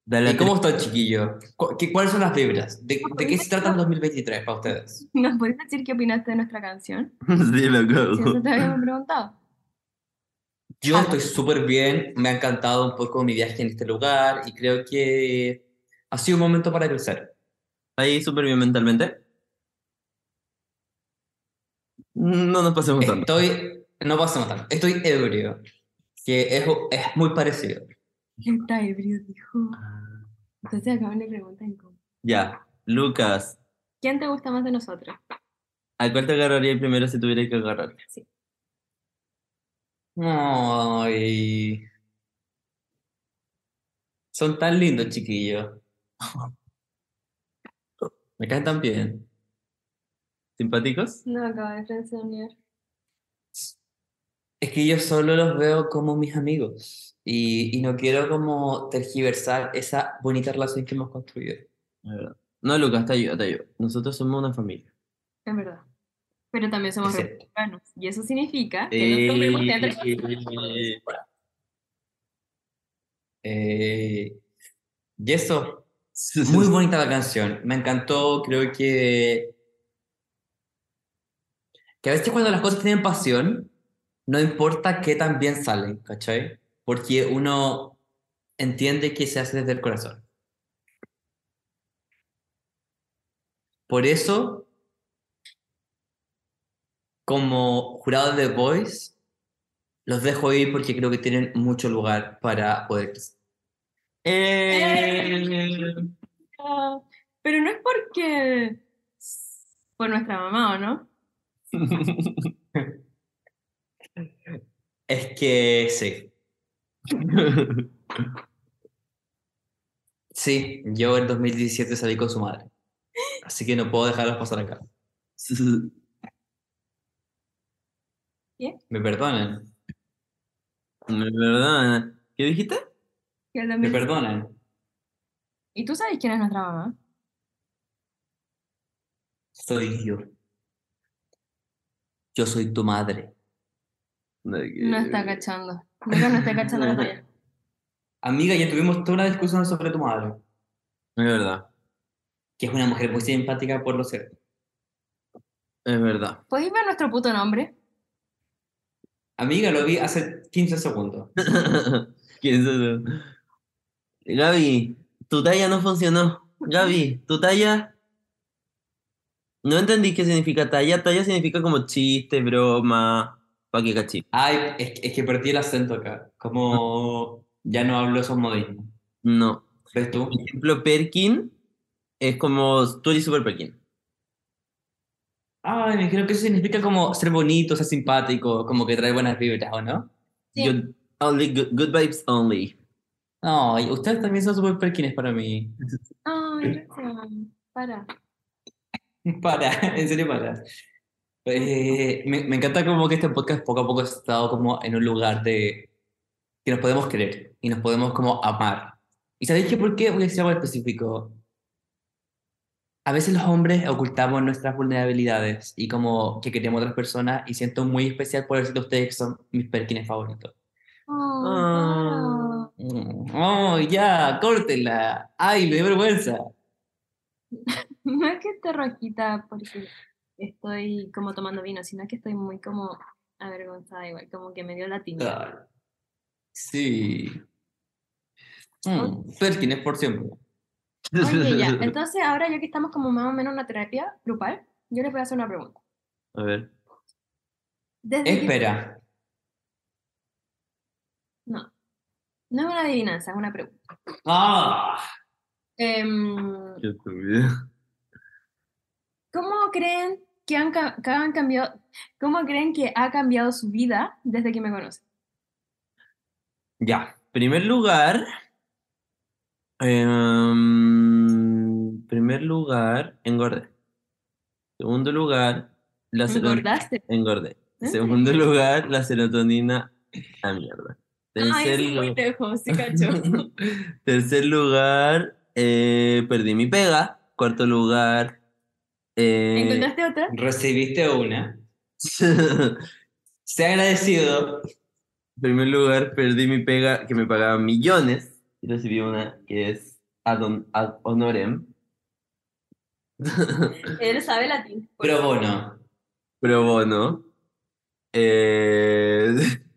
da la ¿Y cómo está, chiquillo? ¿Cu- qué- ¿Cuáles son las vibras? ¿De, de qué se trata el 2023 para ustedes? ¿Nos puedes decir qué opinaste de nuestra canción? Sí, Si eso loco. te habíamos preguntado. Yo Ah, estoy súper bien, me ha encantado un poco mi viaje en este lugar y creo que ha sido un momento para crecer. Ahí súper bien mentalmente. No nos pasemos tanto. Estoy, no pasa nada, estoy ebrio, que es, es muy parecido. Está ebrio, dijo. Entonces acaban de preguntar cómo. Ya, Lucas, ¿Quién te gusta más de nosotros? ¿a cuál te agarraría primero si tuviera que agarrar? Ay. Son tan lindos, chiquillos. Me caen tan bien. ¿Simpáticos? No, acabo de frenzonear. Es que yo solo los veo como mis amigos y, y no quiero como tergiversar esa bonita relación que hemos construido. La verdad. No, Lucas, te ayudo, te ayudo. Nosotros somos una familia. Es verdad. Pero también somos Excepto. republicanos. Y eso significa que nos comemos teatro. Eh, Eh, y eso, sí, sí, muy sí. bonita la canción, me encantó, creo que... Que a veces cuando las cosas tienen pasión, no importa qué tan bien salen, ¿cachai? Porque uno entiende que se hace desde el corazón. Por eso, como jurado de The Voice, los dejo ir porque creo que tienen mucho lugar para poder crecer. Eh, Ah, Pero no es porque. Por nuestra mamá, ¿o no? Es que sí, sí, yo en 2017 salí con su madre, así que no puedo dejarlos pasar acá. Me perdonen, Me perdonan. ¿Qué dijiste? Que él me también- perdonen. ¿Y tú sabes quién es nuestra mamá? Soy yo. Yo soy tu madre. No, que- No está cachando. Nunca no está cachando la talla. Amiga, ya tuvimos toda una discusión sobre tu madre, Es verdad, que es una mujer muy simpática por lo cierto. es verdad. ¿Podéis ver nuestro puto nombre? Amiga, lo vi hace 15 segundos. ¿Quién es eso? Gaby, tu talla no funcionó. Gaby, tu talla. No entendí qué significa talla. Talla significa como chiste, broma. Pa' que cachí. Ay, es, que- es que perdí el acento acá, como ya no hablo esos modismos. No. ¿Ves tú? Por ejemplo, Perkin es como. Tú eres super Perkin. Ay, me imagino que eso significa como ser bonito, ser simpático, como que trae buenas vibras, ¿o no? Sí. Good, only, good, good vibes only. Ay, ustedes también son súper perkines para mí. Ay, gracias. Para. Para, en serio, para. Eh, me, me encanta como que este podcast poco a poco ha estado como en un lugar de que nos podemos querer y nos podemos como amar. ¿Y sabéis qué? ¿Por qué? Voy a decir algo específico. A veces los hombres ocultamos nuestras vulnerabilidades y como que queremos a otras personas y siento muy especial por decirte a ustedes que son mis perkines favoritos. Oh, Mm, Oh, ya, córtela. Ay, me da vergüenza. No es que esté rojita porque estoy como tomando vino, sino que estoy muy como avergonzada igual, como que me dio la tinta. Ay, Sí. Mm, Perkin es por siempre. Oye, ya, entonces ahora ya que estamos como más o menos en una terapia grupal, yo les voy a hacer una pregunta. A ver. Desde que- Espera. No, no es una adivinanza, es una pregunta. Ah, Em, qué estúpido. ¿Cómo creen que han, ca- que han cambiado, cómo creen que ha cambiado su vida desde que me conocen? ya. Primer lugar. em, primer lugar, engordé. Segundo lugar, la serotonina. ¿Engordaste? Engordé. ¿Eh? Segundo lugar, la serotonina. A mierda. Ay, Tercer, sí, muy lu- lejos, sí cacho. tercer lugar, eh, perdí mi pega. Cuarto lugar, eh, ¿Encontraste otra? Recibiste una. Se ha agradecido. primer lugar, perdí mi pega que me pagaban millones. Y recibí una que es ad, hon- ad honorem. Él sabe latín. eh, Pero bueno. Pro bono. Eh,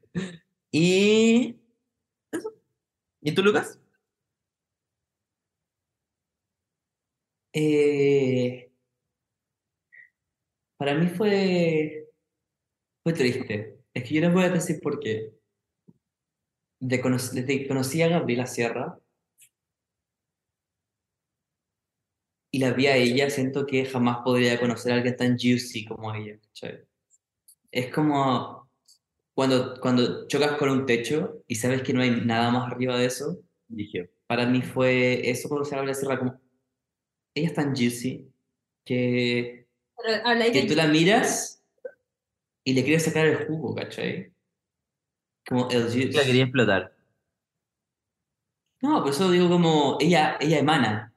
Y. Eso. ¿Y tú, Lucas? Eh, para mí fue, fue triste. Es que yo les voy a decir por qué. De cono- desde que conocí a Gabriela Sierra y la vi a ella, siento que jamás podría conocer a alguien tan juicy como ella. ¿cachai? Es como cuando, cuando chocas con un techo y sabes que no hay nada más arriba de eso. Dije. Para mí fue eso conocer a Gabriela Sierra como... Ella es tan juicy que Pero habláis que tú de... la miras y le quieres sacar el jugo, ¿cachai? Como el juice. La quería explotar. No, por eso digo como ella, ella emana,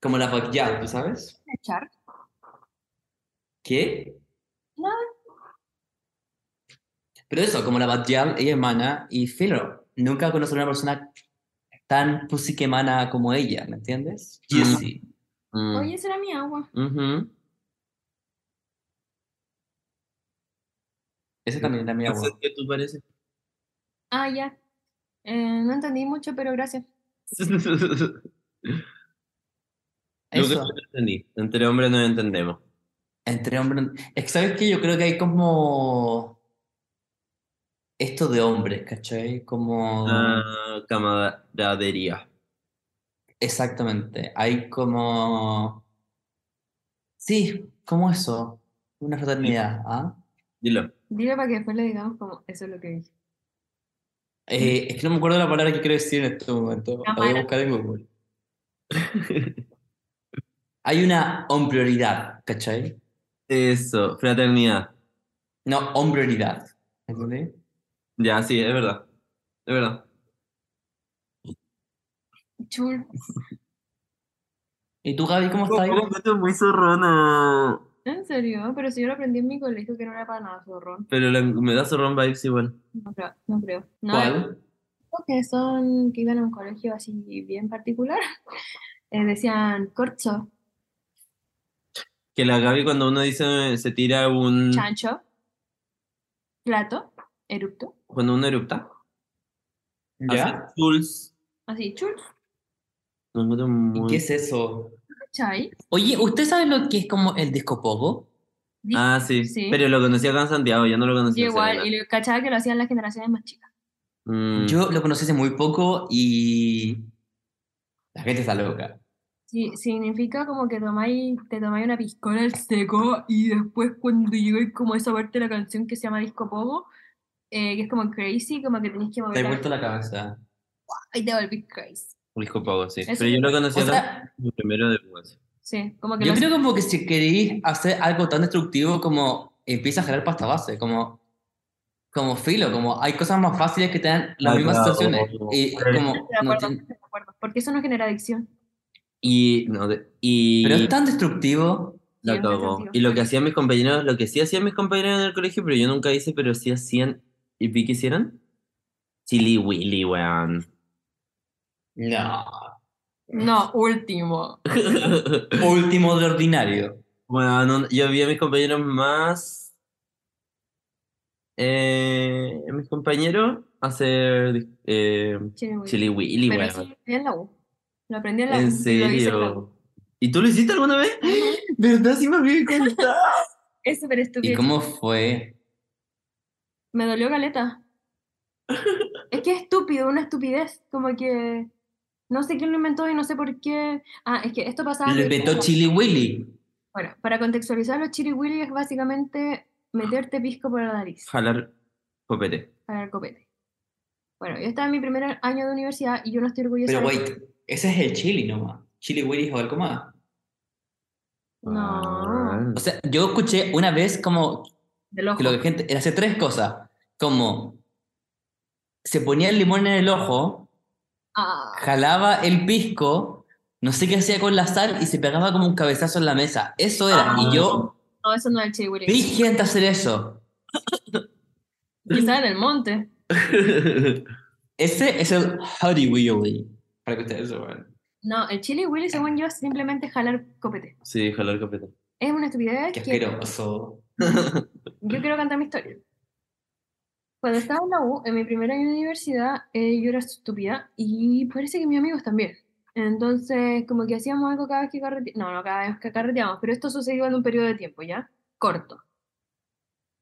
como la Pacquiao, ¿tú sabes? Char. ¿Qué? Nada. Pero eso, como la Pacquiao, ella emana y filo, nunca conocí a una persona tan pussy que emana como ella, ¿me entiendes? Mm. Juicy. Mm. Ah. Oye, será mi agua. Ujú. Eso también era mi No sé abuelo. ¿Qué tú parece? Ah, ya. Eh, no entendí mucho, pero gracias. Eso. Lucas, entendí. Entre hombres nos entendemos. Entre hombres. Es que sabes que yo creo que hay como. Esto de hombres, ¿cachai? Como. Ah, camaradería. Exactamente. Hay como. Sí, como eso. Una fraternidad, ¿ah? Dilo. Dile para que después le digamos como eso es lo que dije. Eh, es que no me acuerdo la palabra que quiero decir en este momento. La voy a Cámara. buscar en Google. Hay una hombroridad, ¿cachai? Eso, fraternidad. No, hombroridad. ¿Entendés? Ya, sí, es verdad. Es verdad. Chul. ¿Y tú, Gaby, cómo estás? Esto es muy zorrona. ¿En serio? Pero si yo lo aprendí en mi colegio que no era para nada zorrón. Pero la- me da zorrón vibes igual. No creo. No creo. No, ¿Cuál? creo que son que iban a un colegio así bien particular. eh, decían corcho, Que la Gaby cuando uno dice se tira Mm. un... chancho, plato, erupto. Cuando uno erupta. ¿Ya? Hace chuls. Así, chul. Lo encuentro ¿Y muy- qué es eso? Chai. Oye, ¿usted sabe lo que es como el disco pogo? di- Ah, sí. Sí. Pero lo conocí acá en Santiago, yo no lo Yo conocía en igual, Serena. y lo- cachaba que lo hacían las generaciones más chicas. Mm, Yo lo conocí hace muy poco y la gente está loca. Ah. Sí, significa como que tomáis, te tomáis una piscola al seco y después cuando llegáis como a esa parte de la canción que se llama Disco Pogo, eh, que es como crazy, como que tenéis que Te mover he la- vuelto la cabeza. y te volvís crazy. Disco Pogo, sí. Eso- Pero yo lo conocí O acá sea, en primero de Pugas. Sí, como que yo lo- creo como que si queréis hacer algo tan destructivo como empieza a generar pasta base, como, como filo, como hay cosas más fáciles que tengan las Ah, mismas claro, situaciones. como- Y como, Estoy de no acuerdo, tiene- estoy de acuerdo, porque eso no genera adicción. Y, no, de- y Pero es tan destructivo. la Sí, es muy cagó. efectivo. Y lo que hacían mis compañeros, lo que sí hacían mis compañeros en el colegio, pero yo nunca hice, pero sí hacían, y vi que hicieron. Silly Willy, weón. No. Eh. No, último. Último de ordinario. Bueno, no- yo vi a mis compañeros más. Eh, a mis compañeros hacer eh, Chile, güey. Chili Willy, Pero weón. eso lo aprendí en la U. Lo aprendí en la U. ¿En y lo hice en la U. serio? ¿Y tú lo hiciste alguna vez? ¿Verdad? Sí me había contado. Es súper ¿Y estúpido. cómo fue? Me dolió caleta. Es que es estúpido, una estupidez. Como que no sé quién lo inventó y no sé por qué. Ah, es que esto pasaba. Lo que- inventó Chili Willy. Bueno, para contextualizar, los chiriwili es básicamente meterte pisco por la nariz Jalar copete. para el copete. Bueno, yo estaba en mi primer año de universidad y yo no estoy orgullosa Pero de- wait, ese es el chili nomás. Chili Willy es algo más. No, Ah. O sea, yo escuché una vez como del ojo. que lo que gente él hace tres cosas, como se ponía el limón en el ojo, Ah. jalaba el pisco, no sé qué hacía con la sal y se pegaba como un cabezazo en la mesa. Eso era. Y yo No, eso no es el chiriwili. vi gente hacer eso. Quizás en el monte. Ese es el Howdy Willy. Para que ustedes lo vean. No, el chiriwili, según yo, es simplemente jalar copete. Sí, jalar copete. Es una estupidez Qué que asqueroso. yo quiero contar mi historia. Cuando estaba en la U, en mi primer año de universidad, eh, yo era estúpida y parece que mis amigos también. Entonces, como que hacíamos algo cada vez que carreteábamos. No, no cada vez que carreteábamos, pero esto sucedió en un periodo de tiempo, ¿ya? Corto.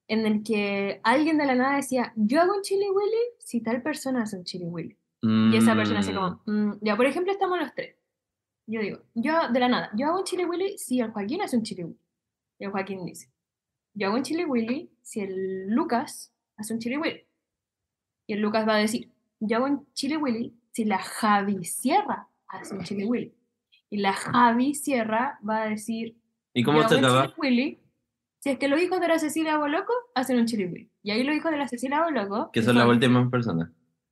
En el que alguien de la nada decía, yo hago un chili willy si tal persona hace un chili willy. Y esa persona así como, "Mm, ya, por ejemplo, estamos los tres. Yo digo, yo de la nada, yo hago un chili willy si el Joaquín hace un chili willy. Y el Joaquín dice, yo hago un chili willy si el Lucas hace un chili willy. Y el Lucas va a decir, yo hago un chili willy si la Javi Sierra hace un chili willy. Y la Javi Sierra va a decir, ¿Y cómo yo se hago un trabaja? chili willy si es que los hijos de la Cecilia Boloco hacen un chili willy. Y ahí los hijos de la Cecilia Boloco, Que son las son- últimas personas.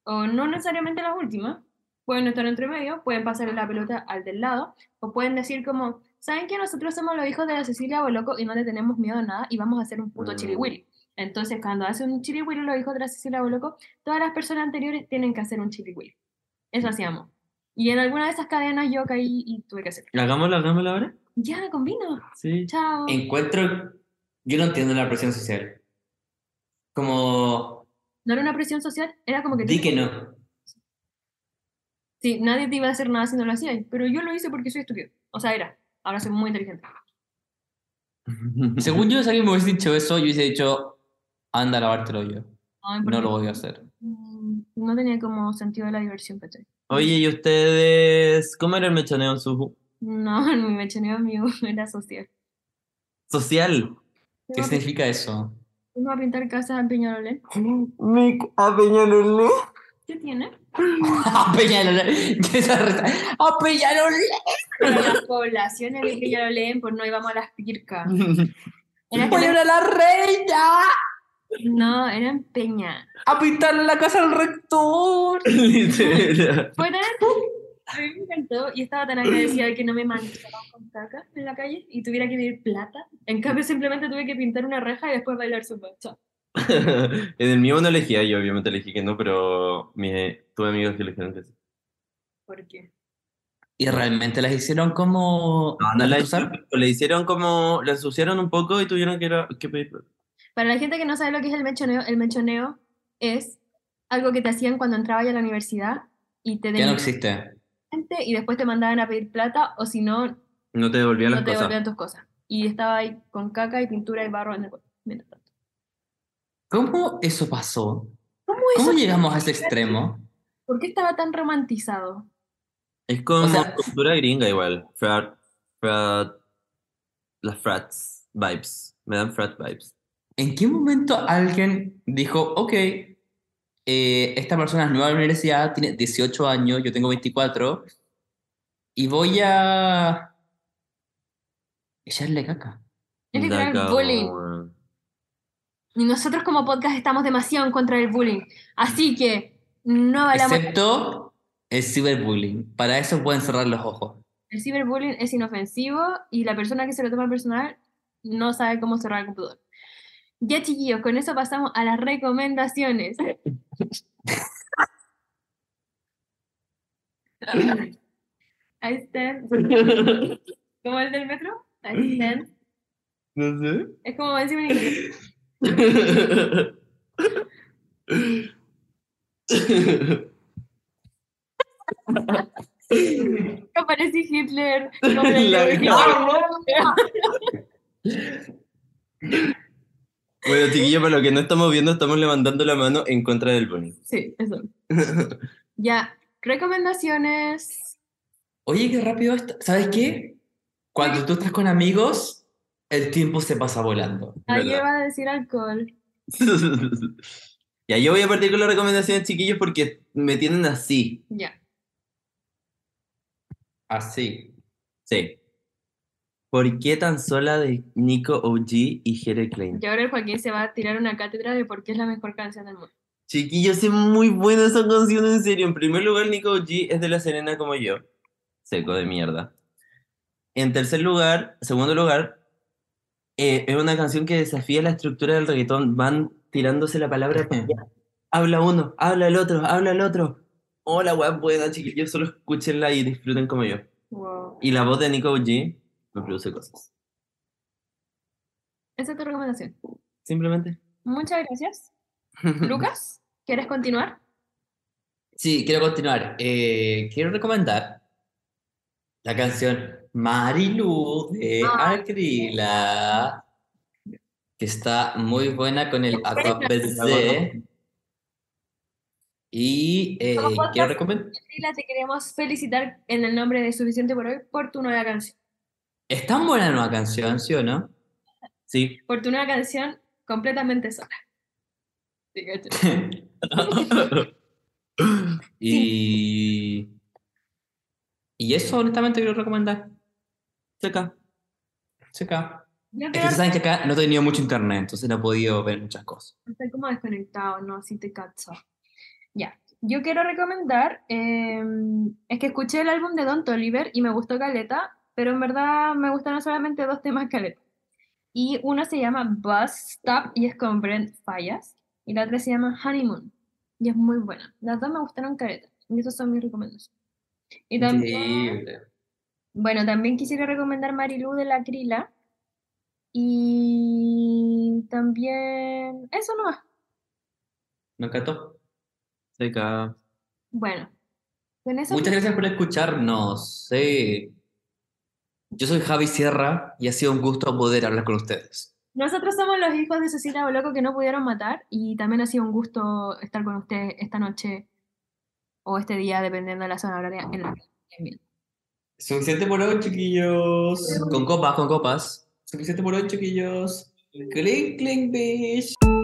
o no necesariamente las últimas, pueden estar entre medio, pueden pasar la pelota al del lado, o pueden decir como, ¿saben que nosotros somos los hijos de la Cecilia Boloco y no le tenemos miedo a nada y vamos a hacer un puto Mm. chili willy? Entonces, cuando hacen un chili willy los hijos de la Cecilia Boloco, todas las personas anteriores tienen que hacer un chili willy. Eso hacíamos. Y en alguna de esas cadenas yo caí y tuve que hacerlo. ¿Hagámoslo, hagámoslo ahora? Ya, combino. Sí. Chao. Encuentro, yo no entiendo la presión social. Como, No era una presión social, era como que... di que no. Sí, nadie te iba a hacer nada si no lo hacías, pero yo lo hice porque soy estúpido. O sea, era. Ahora soy muy inteligente. Según yo, si alguien me hubiese dicho eso, yo hubiese dicho, anda a lavártelo yo. Ay, ¿por No qué? lo voy a hacer. Mm, No tenía como sentido de la diversión, ¿cachai? Oye, ¿y ustedes cómo era el mechoneo en su No, mi mechoneo amigo era social. social? ¿Qué Fuimos a pin- significa eso? fuimos a pintar casas en Peñarolén. Nick Apeñalolé. ¿Qué tiene? Apeñalolé. ¡Ah, ¿Qué es esa risa? ¡Ah, Apeñalolé. Para las poblaciones de Peñarolén, pues no íbamos a las pircas. Era que Voy a ir a la reina No, era en Peña. a pintarle la casa al rector. Literal. Fuera a mí me encantó y estaba tan agradecida de que no me mancharon con caca en la calle y tuviera que pedir plata. En cambio, simplemente tuve que pintar una reja y después bailar zumba. Chao. en el mío no elegía, yo obviamente elegí que no, pero mi- tuve amigos que eligieron que sí. ¿Por qué? Y realmente las hicieron como. No, no la usaron? hicieron, le hicieron como, la ensuciaron un poco y tuvieron que, ir a- que pedir. Para la gente que no sabe lo que es el mechoneo, el mechoneo es algo que te hacían cuando entrabas ya a la universidad y te Ya no devolvían existe. gente y después te mandaban a pedir plata o si no, no No te devolvían las te cosas. devolvían tus cosas. Y estaba ahí con caca y pintura y barro en el cuerpo. mientras tanto. ¿Cómo eso pasó? ¿Cómo ¿Cómo eso? llegamos a ese extremo? ¿Por qué estaba tan romantizado? Es como O sea- cultura gringa igual. Frat, frat, las frats vibes. Me dan frat vibes. ¿En qué momento alguien dijo, ok, eh, esta persona es nueva en la universidad, tiene 18 años, yo tengo 24, y voy a echarle caca? Es literal Daca, bullying. weón. Y nosotros como podcast estamos demasiado en contra del bullying. Así que no hablamos. Excepto el ciberbullying. Para eso pueden cerrar los ojos. El ciberbullying es inofensivo y la persona que se lo toma personal no sabe cómo cerrar el computador. Ya chiquillos, con eso pasamos a las recomendaciones. Ahí están. ¿Cómo el del metro? Ahí están. No sé. Es como decir en inglés. que aparece Hitler. como el- Ah, La Bueno, chiquillos, para lo que no estamos viendo, estamos levantando la mano en contra del bullying. Sí, eso. Ya, recomendaciones. Oye, qué rápido está. ¿Sabes qué? Cuando tú estás con amigos, el tiempo se pasa volando. Ayer ¿Verdad? va a decir alcohol. ya, yo voy a partir con las recomendaciones, chiquillos, porque me tienen así. Ya. Así. Sí. ¿Por qué tan sola de Nico OG y Jere Klein? Y ahora el Joaquín se va a tirar una cátedra de por qué es la mejor canción del mundo. Chiquillos, es muy buena esa canción, en serio. En primer lugar, Nico G es de La Serena como yo. Seco de mierda. En tercer lugar, segundo lugar, eh, es una canción que desafía la estructura del reggaetón. Van tirándose la palabra. para allá. habla uno, habla el otro, habla el otro. Hola, weón, buena, chiquillos. Solo escúchenla y disfruten como yo. Wow. Y la voz de Nico G me produce cosas. Esa es tu recomendación. Simplemente. Muchas gracias. Lucas, ¿quieres continuar? Sí, quiero continuar. Eh, quiero recomendar la canción Marilu de Ah. Acrila, que está muy buena con el Buena. AKPC. Y eh, Como podcast. quiero recomendar. Sheila, te queremos felicitar en el nombre de Suficiente por hoy por tu nueva canción. Es tan buena la nueva canción, ¿sí o no? Sí. Por tu nueva canción completamente sola. Sí, cacho. Y. Y eso, honestamente, quiero recomendar. Seca. Seca. Yo Es que creo ustedes saben que acá no he tenido mucho internet, entonces no he podido ver muchas cosas. Estoy como desconectado, no, si te cacho. Ya. Yo quiero recomendar, eh, es que escuché el álbum de Don Toliver y me gustó Caleta, pero en verdad me gustaron solamente dos temas Caleta. Y uno se llama Bus Stop y es con Brent Fallas, y la otra se llama Honeymoon y es muy buena. Las dos me gustaron Caleta, y esas son mis recomendaciones. Y también, Increíble. bueno, también quisiera recomendar Marilú de la Crila. Y también, eso nomás. Me encantó. Seca. Bueno, con eso Muchas gracias por escucharnos. Sí. Yo soy Javi Sierra y ha sido un gusto poder hablar con ustedes. nosotros somos los hijos de Cecilia Boloco que no pudieron matar y también ha sido un gusto estar con ustedes esta noche o este día, dependiendo de la zona horaria en la que estén viendo. Suficiente por hoy, chiquillos. Con copas, con copas. Suficiente por hoy, chiquillos. Clink, clink, bitch.